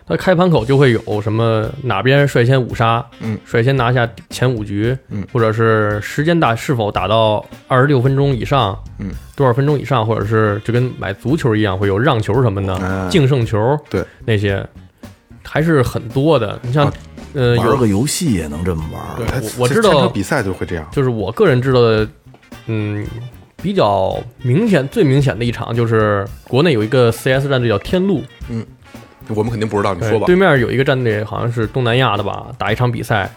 它开盘口就会有什么哪边率先五杀，嗯，率先拿下前五局，嗯，或者是时间打是否打到二十六分钟以上，嗯，多少分钟以上，或者是就跟买足球一样会有让球什么的，嗯净胜球，对那些还是很多的。你像啊，呃，有玩个游戏也能这么玩儿。他我我他知道参加比赛就会这样。就是我个人知道的，嗯，比较明显、最明显的一场就是国内有一个 CS 战队叫天路，我们肯定不知道，你对说吧。对面有一个战队好像是东南亚的吧，打一场比赛，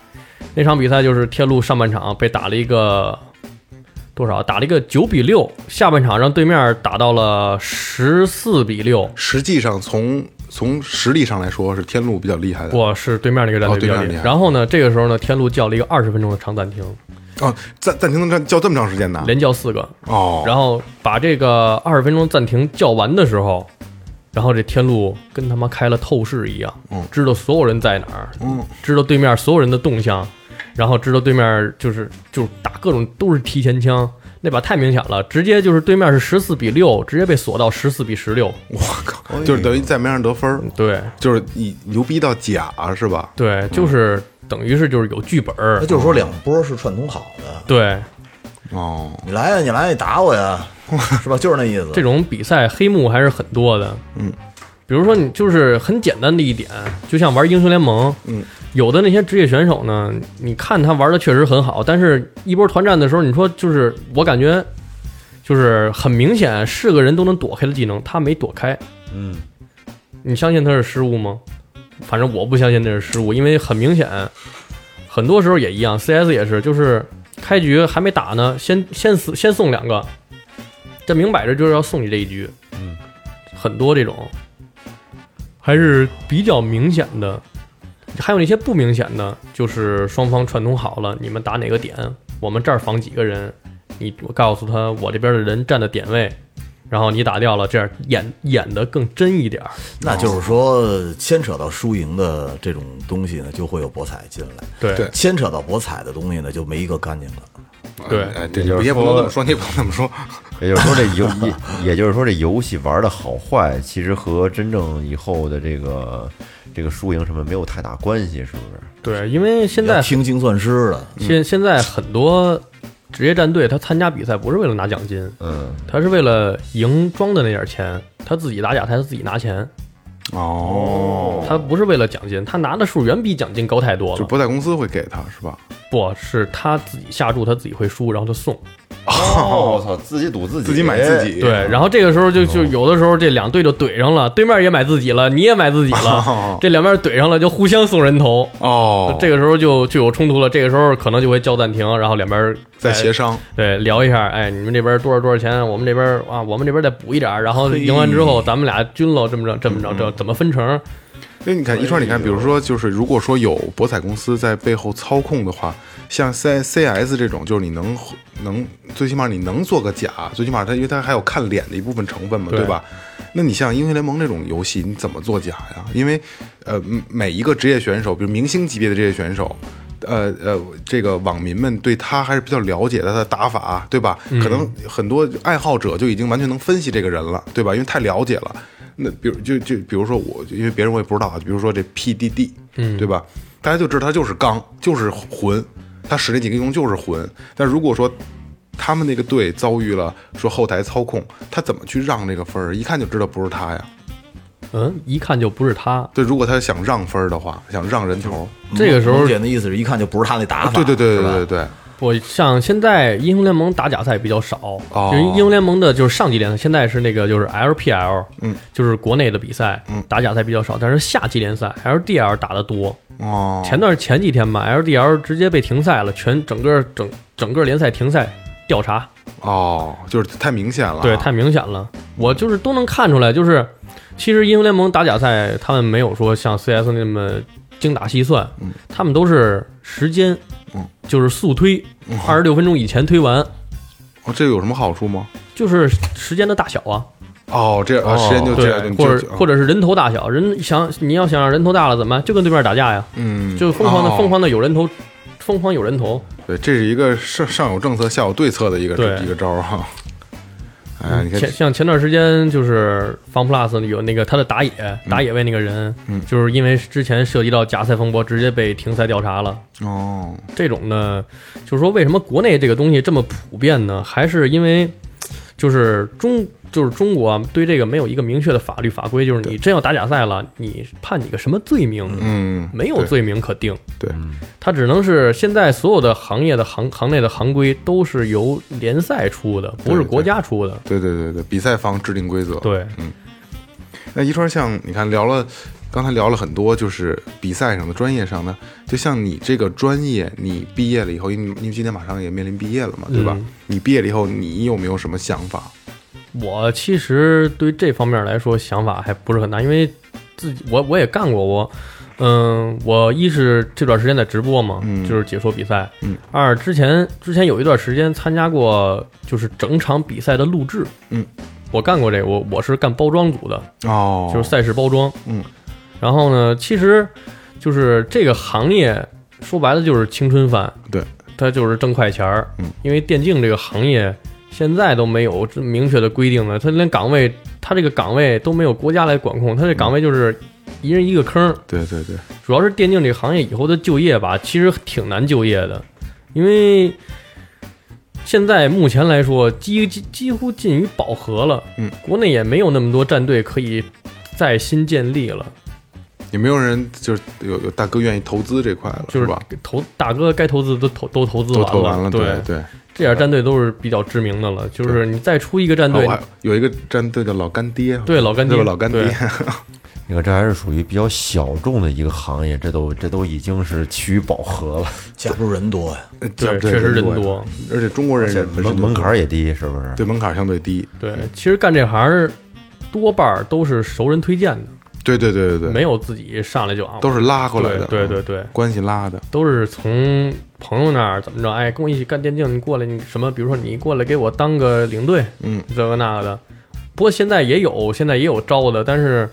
那场比赛就是天路上半场被打了一个多少，打了一个九比六，下半场让对面打到了十四比六，实际上从从实力上来说，是天路比较厉害的。我是对面那个战哦队比对面较厉厉害。害然后呢，这个时候呢，天路叫了一个二十分钟的长暂停，啊，暂暂停站叫这么长时间呢？连叫四个，哦，然后把这个二十分钟暂停叫完的时候，然后这天路跟他妈开了透视一样，嗯知道所有人在哪儿，嗯，知道对面所有人的动向，然后知道对面就是就是打各种都是提前枪，那把太明显了，直接就是对面是十四比六，直接被锁到十四比十六， [laughs] 我靠，就是等于在面上得分儿，对就是以牛逼到假是吧？对，就是等于是就是有剧本儿那，就是说两波是串通好的，对哦，你来呀，你来，你打我 [laughs] 呀，是吧？就是那意思。这种比赛黑幕还是很多的，嗯。比如说，你就是很简单的一点，就像玩英雄联盟，嗯，有的那些职业选手呢，你看他玩的确实很好，但是一波团战的时候，你说就是我感觉，就是很明显是个人都能躲开的技能，他没躲开，嗯，你相信他是失误吗？反正我不相信那是失误，因为很明显，很多时候也一样，CS 也是，就是开局还没打呢，先先死先送两个，这明摆着就是要送你这一局，嗯，很多这种还是比较明显的。还有那些不明显的，就是双方串通好了，你们打哪个点，我们这儿防几个人，你我告诉他我这边的人站的点位，然后你打掉了，这样演演的更真一点儿。那就是说，牵扯到输赢的这种东西呢，就会有博彩进来；对对牵扯到博彩的东西呢，就没一个干净了。对哎，对，也就是你也不能说这么说，你也不也就是能这么说。说这游也也就是说这游戏玩的好坏，其实和真正以后的这个这个输赢什么没有太大关系，是不是？对，因为现在要听精算师的，现现在很多职业战队，他参加比赛不是为了拿奖金，嗯，他是为了赢庄的那点钱，他自己打假赛，他自己拿钱，哦，他不是为了奖金，他拿的数远比奖金高太多就了。博彩公司会给他是吧？不是他自己下注，他自己会输，然后他送。哦，我操，自己赌自己，哎自己买自己，对，然后这个时候就就有的时候这两队就怼上了，对面也买自己了，你也买自己 [laughs] 了，这两边怼上了就互相送人头。哦，这个时候就就有冲突了，这个时候可能就会叫暂停，然后两边在商。协商，对，聊一下，哎，你们这边多少多少钱？我们这边啊，我们这边再补一点儿，然后赢完之后，咱们俩均了，这么着，这么着，这嗯怎么分成？因为你看一川，你看，比如说就是如果说有博彩公司在背后操控的话，像 C C S 这种，就是你能能最起码你能做个假，最起码它因为它还有看脸的一部分成分嘛，对对吧？那你像英雄联盟这种游戏，你怎么做假呀？因为呃，每一个职业选手，比如明星级别的职业选手。呃呃，这个网民们对他还是比较了解的他的打法，对吧？可能很多爱好者就已经完全能分析这个人了，对吧？因为太了解了。那比如就就比如说我，因为别人我也不知道啊，比如说这 PDD，嗯，对吧？大家就知道他就是刚，就是混，他使那几个英雄就是混。但如果说他们那个队遭遇了说后台操控，他怎么去让这个分儿？一看就知道不是他呀。嗯，一看就不是他。对，如果他想让分儿的话，想让人头，这个时候孟，姐的意思是一看就不是他那打法，啊对对对对是吧对对对，我像现在英雄联盟打假赛比较少，哦就是英雄联盟的就是上级联赛，现在是那个就是 LPL，嗯，就是国内的比赛，嗯，打假赛比较少，但是下级联赛 LDL 打得多。哦，前段前几天吧，LDL 直接被停赛了，全整个整整个联赛停赛调查。哦，就是太明显了啊，对，太明显了。我就是都能看出来，就是其实英雄联盟打假赛，他们没有说像 CS 嗯那么精打细算，他们都是时间，就是速推，嗯二十六分钟以前推完，哦，这有什么好处吗？就是时间的大小啊，哦，这啊，时间就这样，对，就或者就嗯或者是人头大小，人想你要想让人头大了怎么办？就跟对面打架呀，嗯，就疯狂的哦疯狂的有人头，疯狂有人头，对，这是一个上上有政策，下有对策的一个对一个招儿哈。哎呀，你看前，像前段时间就是防 plus 有那个他的打野嗯打野位那个人，就是因为之前涉及到夹菜风波，直接被停赛调查了。哦，这种呢，就是说为什么国内这个东西这么普遍呢？还是因为就是中就是中国啊，对这个没有一个明确的法律法规，就是你真要打假赛了，你判你个什么罪名？嗯，没有嗯对罪名可定，对，它只能是现在所有的行业的行行内的行规都是由联赛出的，不是对对国家出的。对对对对，比赛方制定规则。嗯对，那一川像你看聊了，刚才聊了很多，就是比赛上的、专业上的，就像你这个专业，你毕业了以后，因为因为今年马上也面临毕业了嘛，对吧？嗯你毕业了以后，你有没有什么想法？我其实对这方面来说想法还不是很大，因为自己我我也干过我。嗯，我一是这段时间在直播嘛，嗯就是解说比赛。嗯二之前之前有一段时间参加过，就是整场比赛的录制。嗯，我干过这个，我我是干包装组的，哦，就是赛事包装。嗯，然后呢，其实就是这个行业说白了就是青春饭，对，它就是挣快钱儿。嗯，因为电竞这个行业现在都没有这明确的规定了，它连岗位，它这个岗位都没有国家来管控，它这岗位就是一人一个坑儿。对对对，主要是电竞这个行业以后的就业吧，其实挺难就业的，因为现在目前来说，几几几乎近于饱和了。嗯，国内也没有那么多战队可以再新建立了，也没有人就是有有大哥愿意投资这块了，就是是吧？投大哥该投资都投都投资都完了，投完了，对，对。这点战队都是比较知名的了。就是你再出一个战哦队，我还有一个战队的老干爹，对老干爹对吧老干爹对，你看，这还是属于比较小众的一个行业，这都这都已经是趋于饱和了，架不住人多呀。 [laughs] 对对确实人人多，而且中国人人本身门就门槛儿也低，是不是？对门槛相对低，对，其实干这行儿多半儿都是熟人推荐的，对对对对对，没有自己上来就啊，都是拉过来的，嗯啊对对对对。关系拉的，都是从朋友那儿怎么着，哎，跟我一起干电竞，你过来，你什么，比如说你过来给我当个领队，嗯，这个那个的。不过现在也有，现在也有招的，但是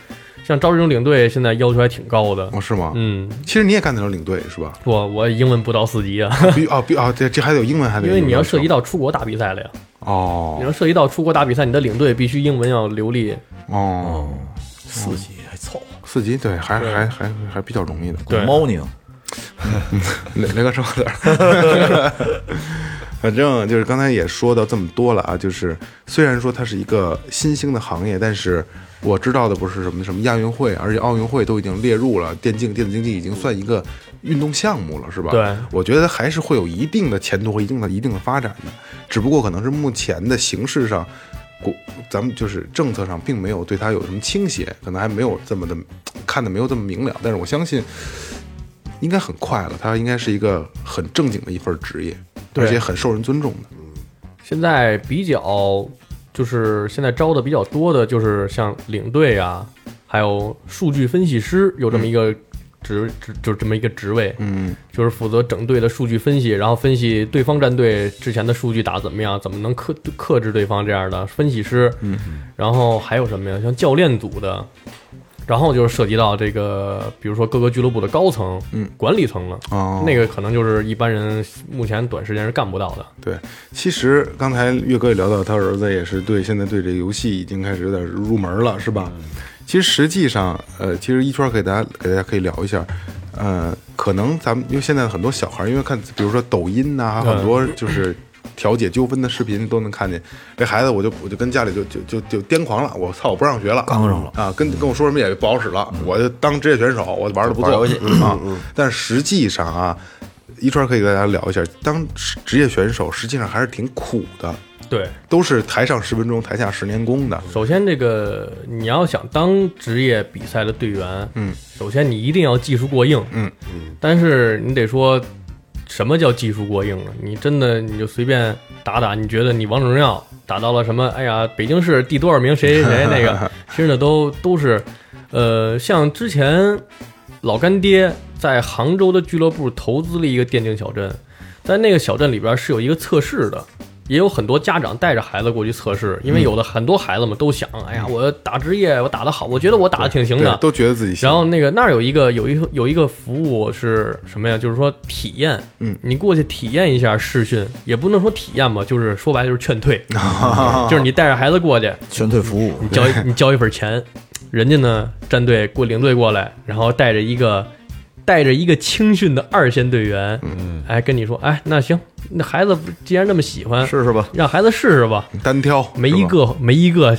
像招这种领队，现在要求还挺高的。哦是吗？嗯，其实你也干得了领队是吧？我我英文不到 [laughs] 四级啊，必哦必哦，对，这还得有英文，还得因有为你要涉及英文到出国打比赛了呀。你要哦涉及到出国打比赛，你的领队必须英文要流利。哦，四级还凑合。四级对，还对还还还比较容易的。对 Good morning，雷雷哥说点儿， [laughs] 反正就是刚才也说到这么多了啊，就是虽然说它是一个新兴的行业，但是我知道的不是什么什么亚运会，而且奥运会都已经列入了电竞，电子竞技已经算一个运动项目了，是吧？对我觉得还是会有一定的前途和一定的一定的发展的，只不过可能是目前的形式上。国咱们就是政策上并没有对它有什么倾斜，可能还没有这么的看的没有这么明了，但是我相信应该很快了，它应该是一个很正经的一份职业，对而且很受人尊重的。现在比较就是现在招的比较多的就是像领队啊，还有数据分析师，有这么一个职职、就是这么一个职位，嗯，就是负责整队的数据分析，然后分析对方战队之前的数据打得怎么样，怎么能克克制对方这样的分析师。嗯，然后还有什么呀？像教练组的，然后就是涉及到这个，比如说各个俱乐部的高层、嗯、管理层了。哦那个可能就是一般人目前短时间是干不到的。对，其实刚才岳哥也聊到，他儿子也是对现在对这游戏已经开始有点入门了，是吧？其实实际上，呃，其实一圈儿给大家给大家可以聊一下，呃，可能咱们因为现在很多小孩儿，因为看比如说抖音呐、还有很多就是调解纠纷的视频都能看见，这孩子我就我就跟家里就就就就癫狂了，我操，我不上学了，刚上了啊，跟跟我说什么也不好使了，我就当职业选手，我玩的不错玩游戏啊，但实际上啊。一川可以跟大家聊一下，当职业选手实际上还是挺苦的，对，都是台上十分钟，台下十年功的。首先，这个你要想当职业比赛的队员，嗯，首先你一定要技术过硬，嗯嗯，但是你得说，什么叫技术过硬啊？你真的你就随便打打，你觉得你王者荣耀打到了什么？哎呀，北京市第多少名谁谁谁那 [laughs] 个，其实呢都都是，呃，像之前老干爹在杭州的俱乐部投资了一个电竞小镇，但那个小镇里边是有一个测试的，也有很多家长带着孩子过去测试，嗯因为有的很多孩子们都想，哎呀，我打职业我打得好，我觉得我打得挺行的对，都觉得自己行然后那个那儿有一个有一有一个服务是什么呀？就是说体验，嗯，你过去体验一下试训，也不能说体验吧，就是说白了就是 [laughs] 劝退，就是你带着孩子过去，劝退服务，你交一你交一份钱，人家呢战队过领队过来，然后带着一个带着一个青训的二线队员，嗯，哎跟你说，哎那行，那孩子既然那么喜欢，试试吧。让孩子试试吧，单挑，没嗯是一吧个没一个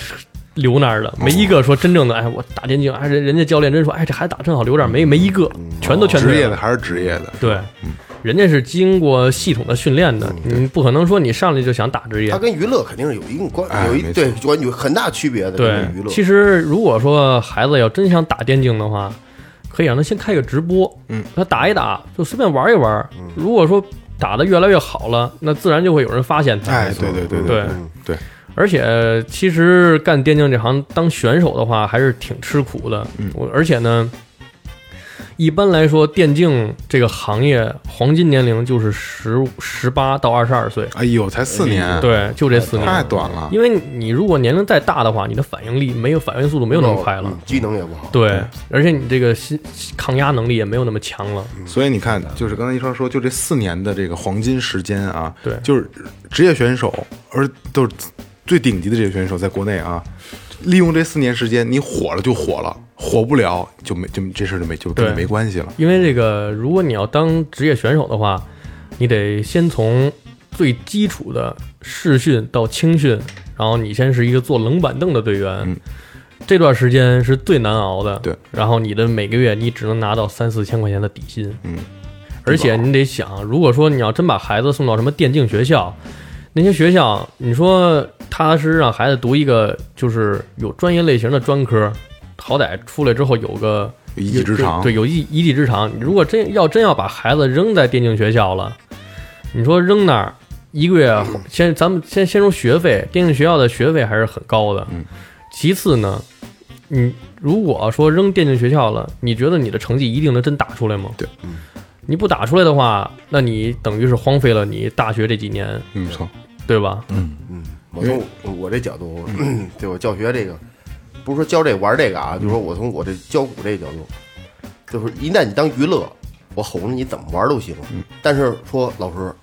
留那儿的，没一个说真正的哎，我打电竞，哎人人家教练真说，哎这孩子打真好，留这儿没没一个，全都全职业退的了。还是职业的，对，人家是经过系统的训练的，你不可能说你上来就想打职业它。跟娱乐肯定是有一定关，哎有一没错对关有很大区别的。对跟娱，乐其实如果说孩子要真想打电竞的话，可以让他先开个直播，嗯，他打一打，就随便玩一玩。如果说打的越来越好了，那自然就会有人发现他。哎，对对对对对，而且其实干电竞这行当选手的话，还是挺吃苦的。我而且呢，一般来说，电竞这个行业黄金年龄就是十十八到二十二岁，哎呦，才四年，，对，就这四太年。短了，因为你如果年龄再大的话，你的反应力没有反应速度没有那么快了嗯，机能也不好。对，而且你这个心抗压能力也没有那么强了，所以你看，就是刚才一川说，就这四年的这个黄金时间啊，对就是职业选手，而都是最顶级的职业选手，在国内啊，利用这四年时间，你火了就火了，火不了就没就这事儿就没就跟你对没关系了。因为这个，如果你要当职业选手的话，你得先从最基础的试训到青训，然后你先是一个坐冷板凳的队员，这段时间是最难熬的。对，然后你的每个月你只能拿到三四千块钱的底薪，嗯，而且你得想，如果说你要真把孩子送到什么电竞学校，那些学校，你说踏踏实实让孩子读一个就是有专业类型的专科，好歹出来之后有个有一技之长对，有一一技之长。你如果真要真要把孩子扔在电竞学校了，你说扔那儿一个月，嗯先咱们先先说学费，电竞学校的学费还是很高的。嗯其次呢，你如果说扔电竞学校了，你觉得你的成绩一定能真打出来吗？嗯对，你不打出来的话，那你等于是荒废了你大学这几年，嗯，没错，对吧？嗯我从我这角度，对我教学这个，不是说教这玩这个啊，就是说我从我这教鼓这角度，就是一旦你当娱乐，我哄着你怎么玩都行。嗯但是说老师，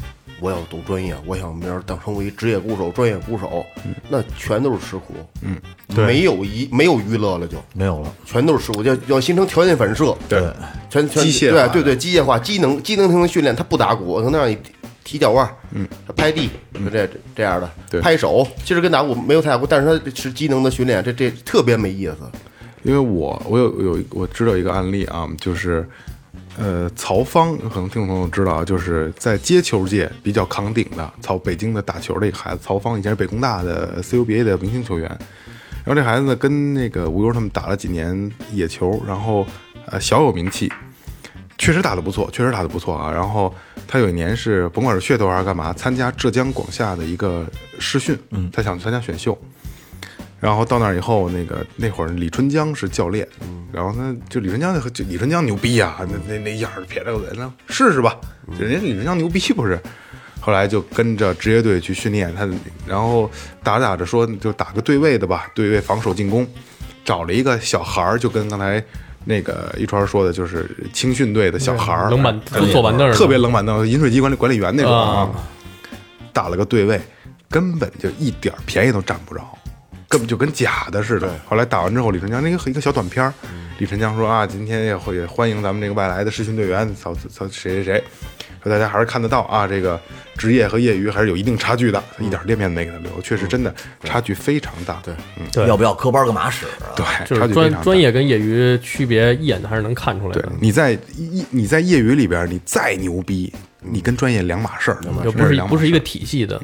我要读专业，我想明儿当成为一职业鼓手、专业鼓手，嗯那全都是吃苦。嗯，没有一没有娱乐了就，没有了，全都是吃苦，要要形成条件反射。对，全全机械化对对对，机械化、机能机能性的训练，他不打鼓，他能让你踢踢脚腕儿，嗯，拍地，就这这样的，对拍手，其实跟打鼓没有太大关，但是他是机能的训练，这这特别没意思。因为我我有有一我知道一个案例啊，就是呃，曹芳可能听众朋友知道啊，就是在接球界比较扛鼎的，曹北京的打球的一个孩子，曹芳以前是北工大的 CUBA 的明星球员，然后这孩子呢跟那个吴优他们打了几年野球，然后呃小有名气，确实打得不错，确实打得不错啊。然后他有一年是甭管是噱头还是干嘛，参加浙江广厦的一个试训，嗯，他想参加选秀。然后到那儿以后，那个那会儿李春江是教练，然后呢，就李春江就就李春江牛逼啊，那那那样儿撇着个嘴，嗯那试试吧，人家李春江牛逼不是？后来就跟着职业队去训练，他然后打着打着说就打个对位的吧，对位防守进攻，找了一个小孩儿，就跟刚才那个一川说的，就是青训队的小孩儿，冷板就坐板凳儿呢，特别冷板凳，饮水机管理管理员那种啊啊，打了个对位，根本就一点儿便宜都占不着，根本就跟假的似的。后来打完之后，李晨江那个一个小短片儿，李晨江说啊，今天也会也欢迎咱们这个外来的试训队员，操操谁谁谁，说大家还是看得到啊，这个职业和业余还是有一定差距的，一点儿脸面没给他留，确实真的差距非常大。对，嗯，嗯对要不要科班干嘛使啊？对，就差是距非常专大专业跟业余区别一眼还是能看出来对的，，你在业你在业余里边，你再牛逼，你跟专业两码事儿，就不是两码不是事一儿嗯个体系的，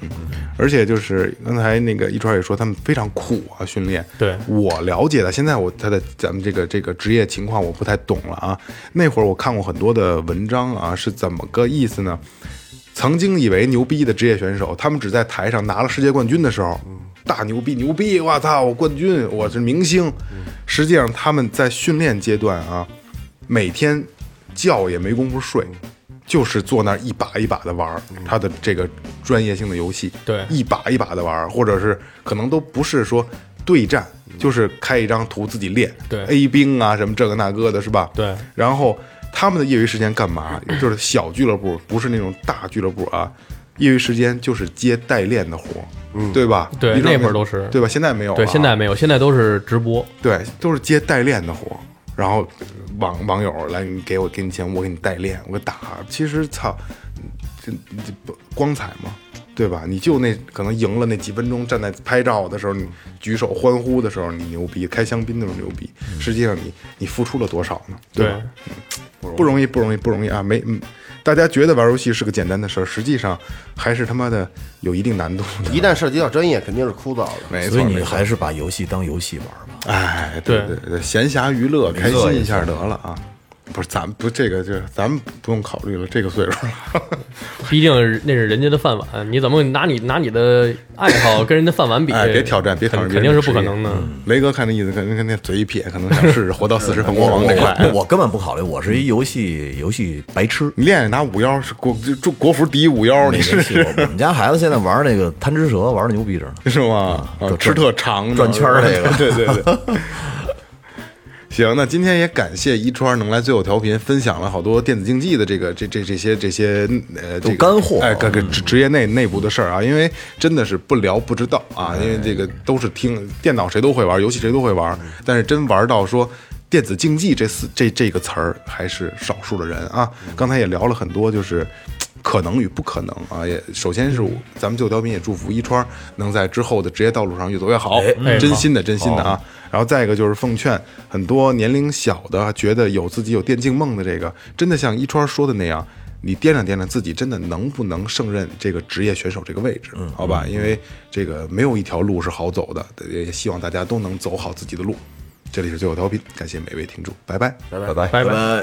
而且就是刚才那个一川也说，他们非常苦啊，训练。对我了解的，现在我他的咱们这个这个职业情况我不太懂了啊。那会儿我看过很多的文章啊，是怎么个意思呢？曾经以为牛逼的职业选手，他们只在台上拿了世界冠军的时候，大牛逼牛逼，我操，我冠军，我是明星。实际上他们在训练阶段啊，每天觉也没工夫睡，就是坐那儿一把一把的玩儿他的这个专业性的游戏，嗯对一把一把的玩儿，或者是可能都不是说对战，就是开一张图自己练，嗯对 A 兵啊什么这个那个的，是吧？对然后他们的业余时间干 [clears throat] 嘛？就是小俱乐部，不是那种大俱乐部啊。业余时间就是接代练的活，嗯，对吧？对你知道那会儿都是对吧？现在没有了啊，对，现在没有，现在都是直播，对，都是接代练的活儿，然后网网友来，你给我给你钱，我给你代练，我给打。其实操，这这不光彩嘛，对吧？你就那可能赢了那几分钟，站在拍照的时候，你举手欢呼的时候，你牛逼，开香槟那种牛逼。嗯实际上你你付出了多少呢？对吧？不容易，不容易，不容易啊！没，嗯，大家觉得玩游戏是个简单的事儿，实际上还是他妈的有一定难度的。一旦涉及到专业，肯定是枯燥的。没错，所以你没错还是把游戏当游戏玩吧。哎，对对对对，闲暇娱乐，开心一下得了啊！不是，咱不这个，就是咱们不用考虑了，这个岁数 [laughs] 了。毕竟是那是人家的饭碗，你怎么拿你拿你的爱好跟人家饭碗比？哎，别挑战，别嗯挑战，肯肯定是不可能的。雷哥看那意思，肯定肯定嘴一撇，可能想试试活到四十凤凰王这块。 [laughs] 我我根本不考虑，我是一游戏游戏白痴。你练练拿五幺是国就中国服第一五幺，你没试游戏试我我们家孩子现在玩那个贪吃蛇，玩的牛逼着呢。是吗？啊转吃特长呢转圈儿这个 [laughs] 对对对。行，那今天也感谢一川能来最后调频，分享了好多电子竞技的这个这这这些这些呃这都个干货哎，各个职嗯职业内内部的事儿啊，因为真的是不聊不知道啊，因为这哎个都是听电脑谁都会玩，游戏谁都会玩，嗯但是真玩到说。电子竞技这四这这个词儿还是少数的人啊，嗯刚才也聊了很多，就是可能与不可能啊。也首先是嗯我咱们最后调频也祝福一川能在之后的职业道路上越走越好，哎真好心的真心的啊。然后再一个就是奉劝很多年龄小的啊，觉得有自己有电竞梦的这个，真的像一川说的那样，你掂量掂量自己真的能不能胜任这个职业选手这个位置，好吧？因为这个没有一条路是好走的，也希望大家都能走好自己的路。这里是最后调频，感谢每位听众，拜拜。拜拜。拜拜。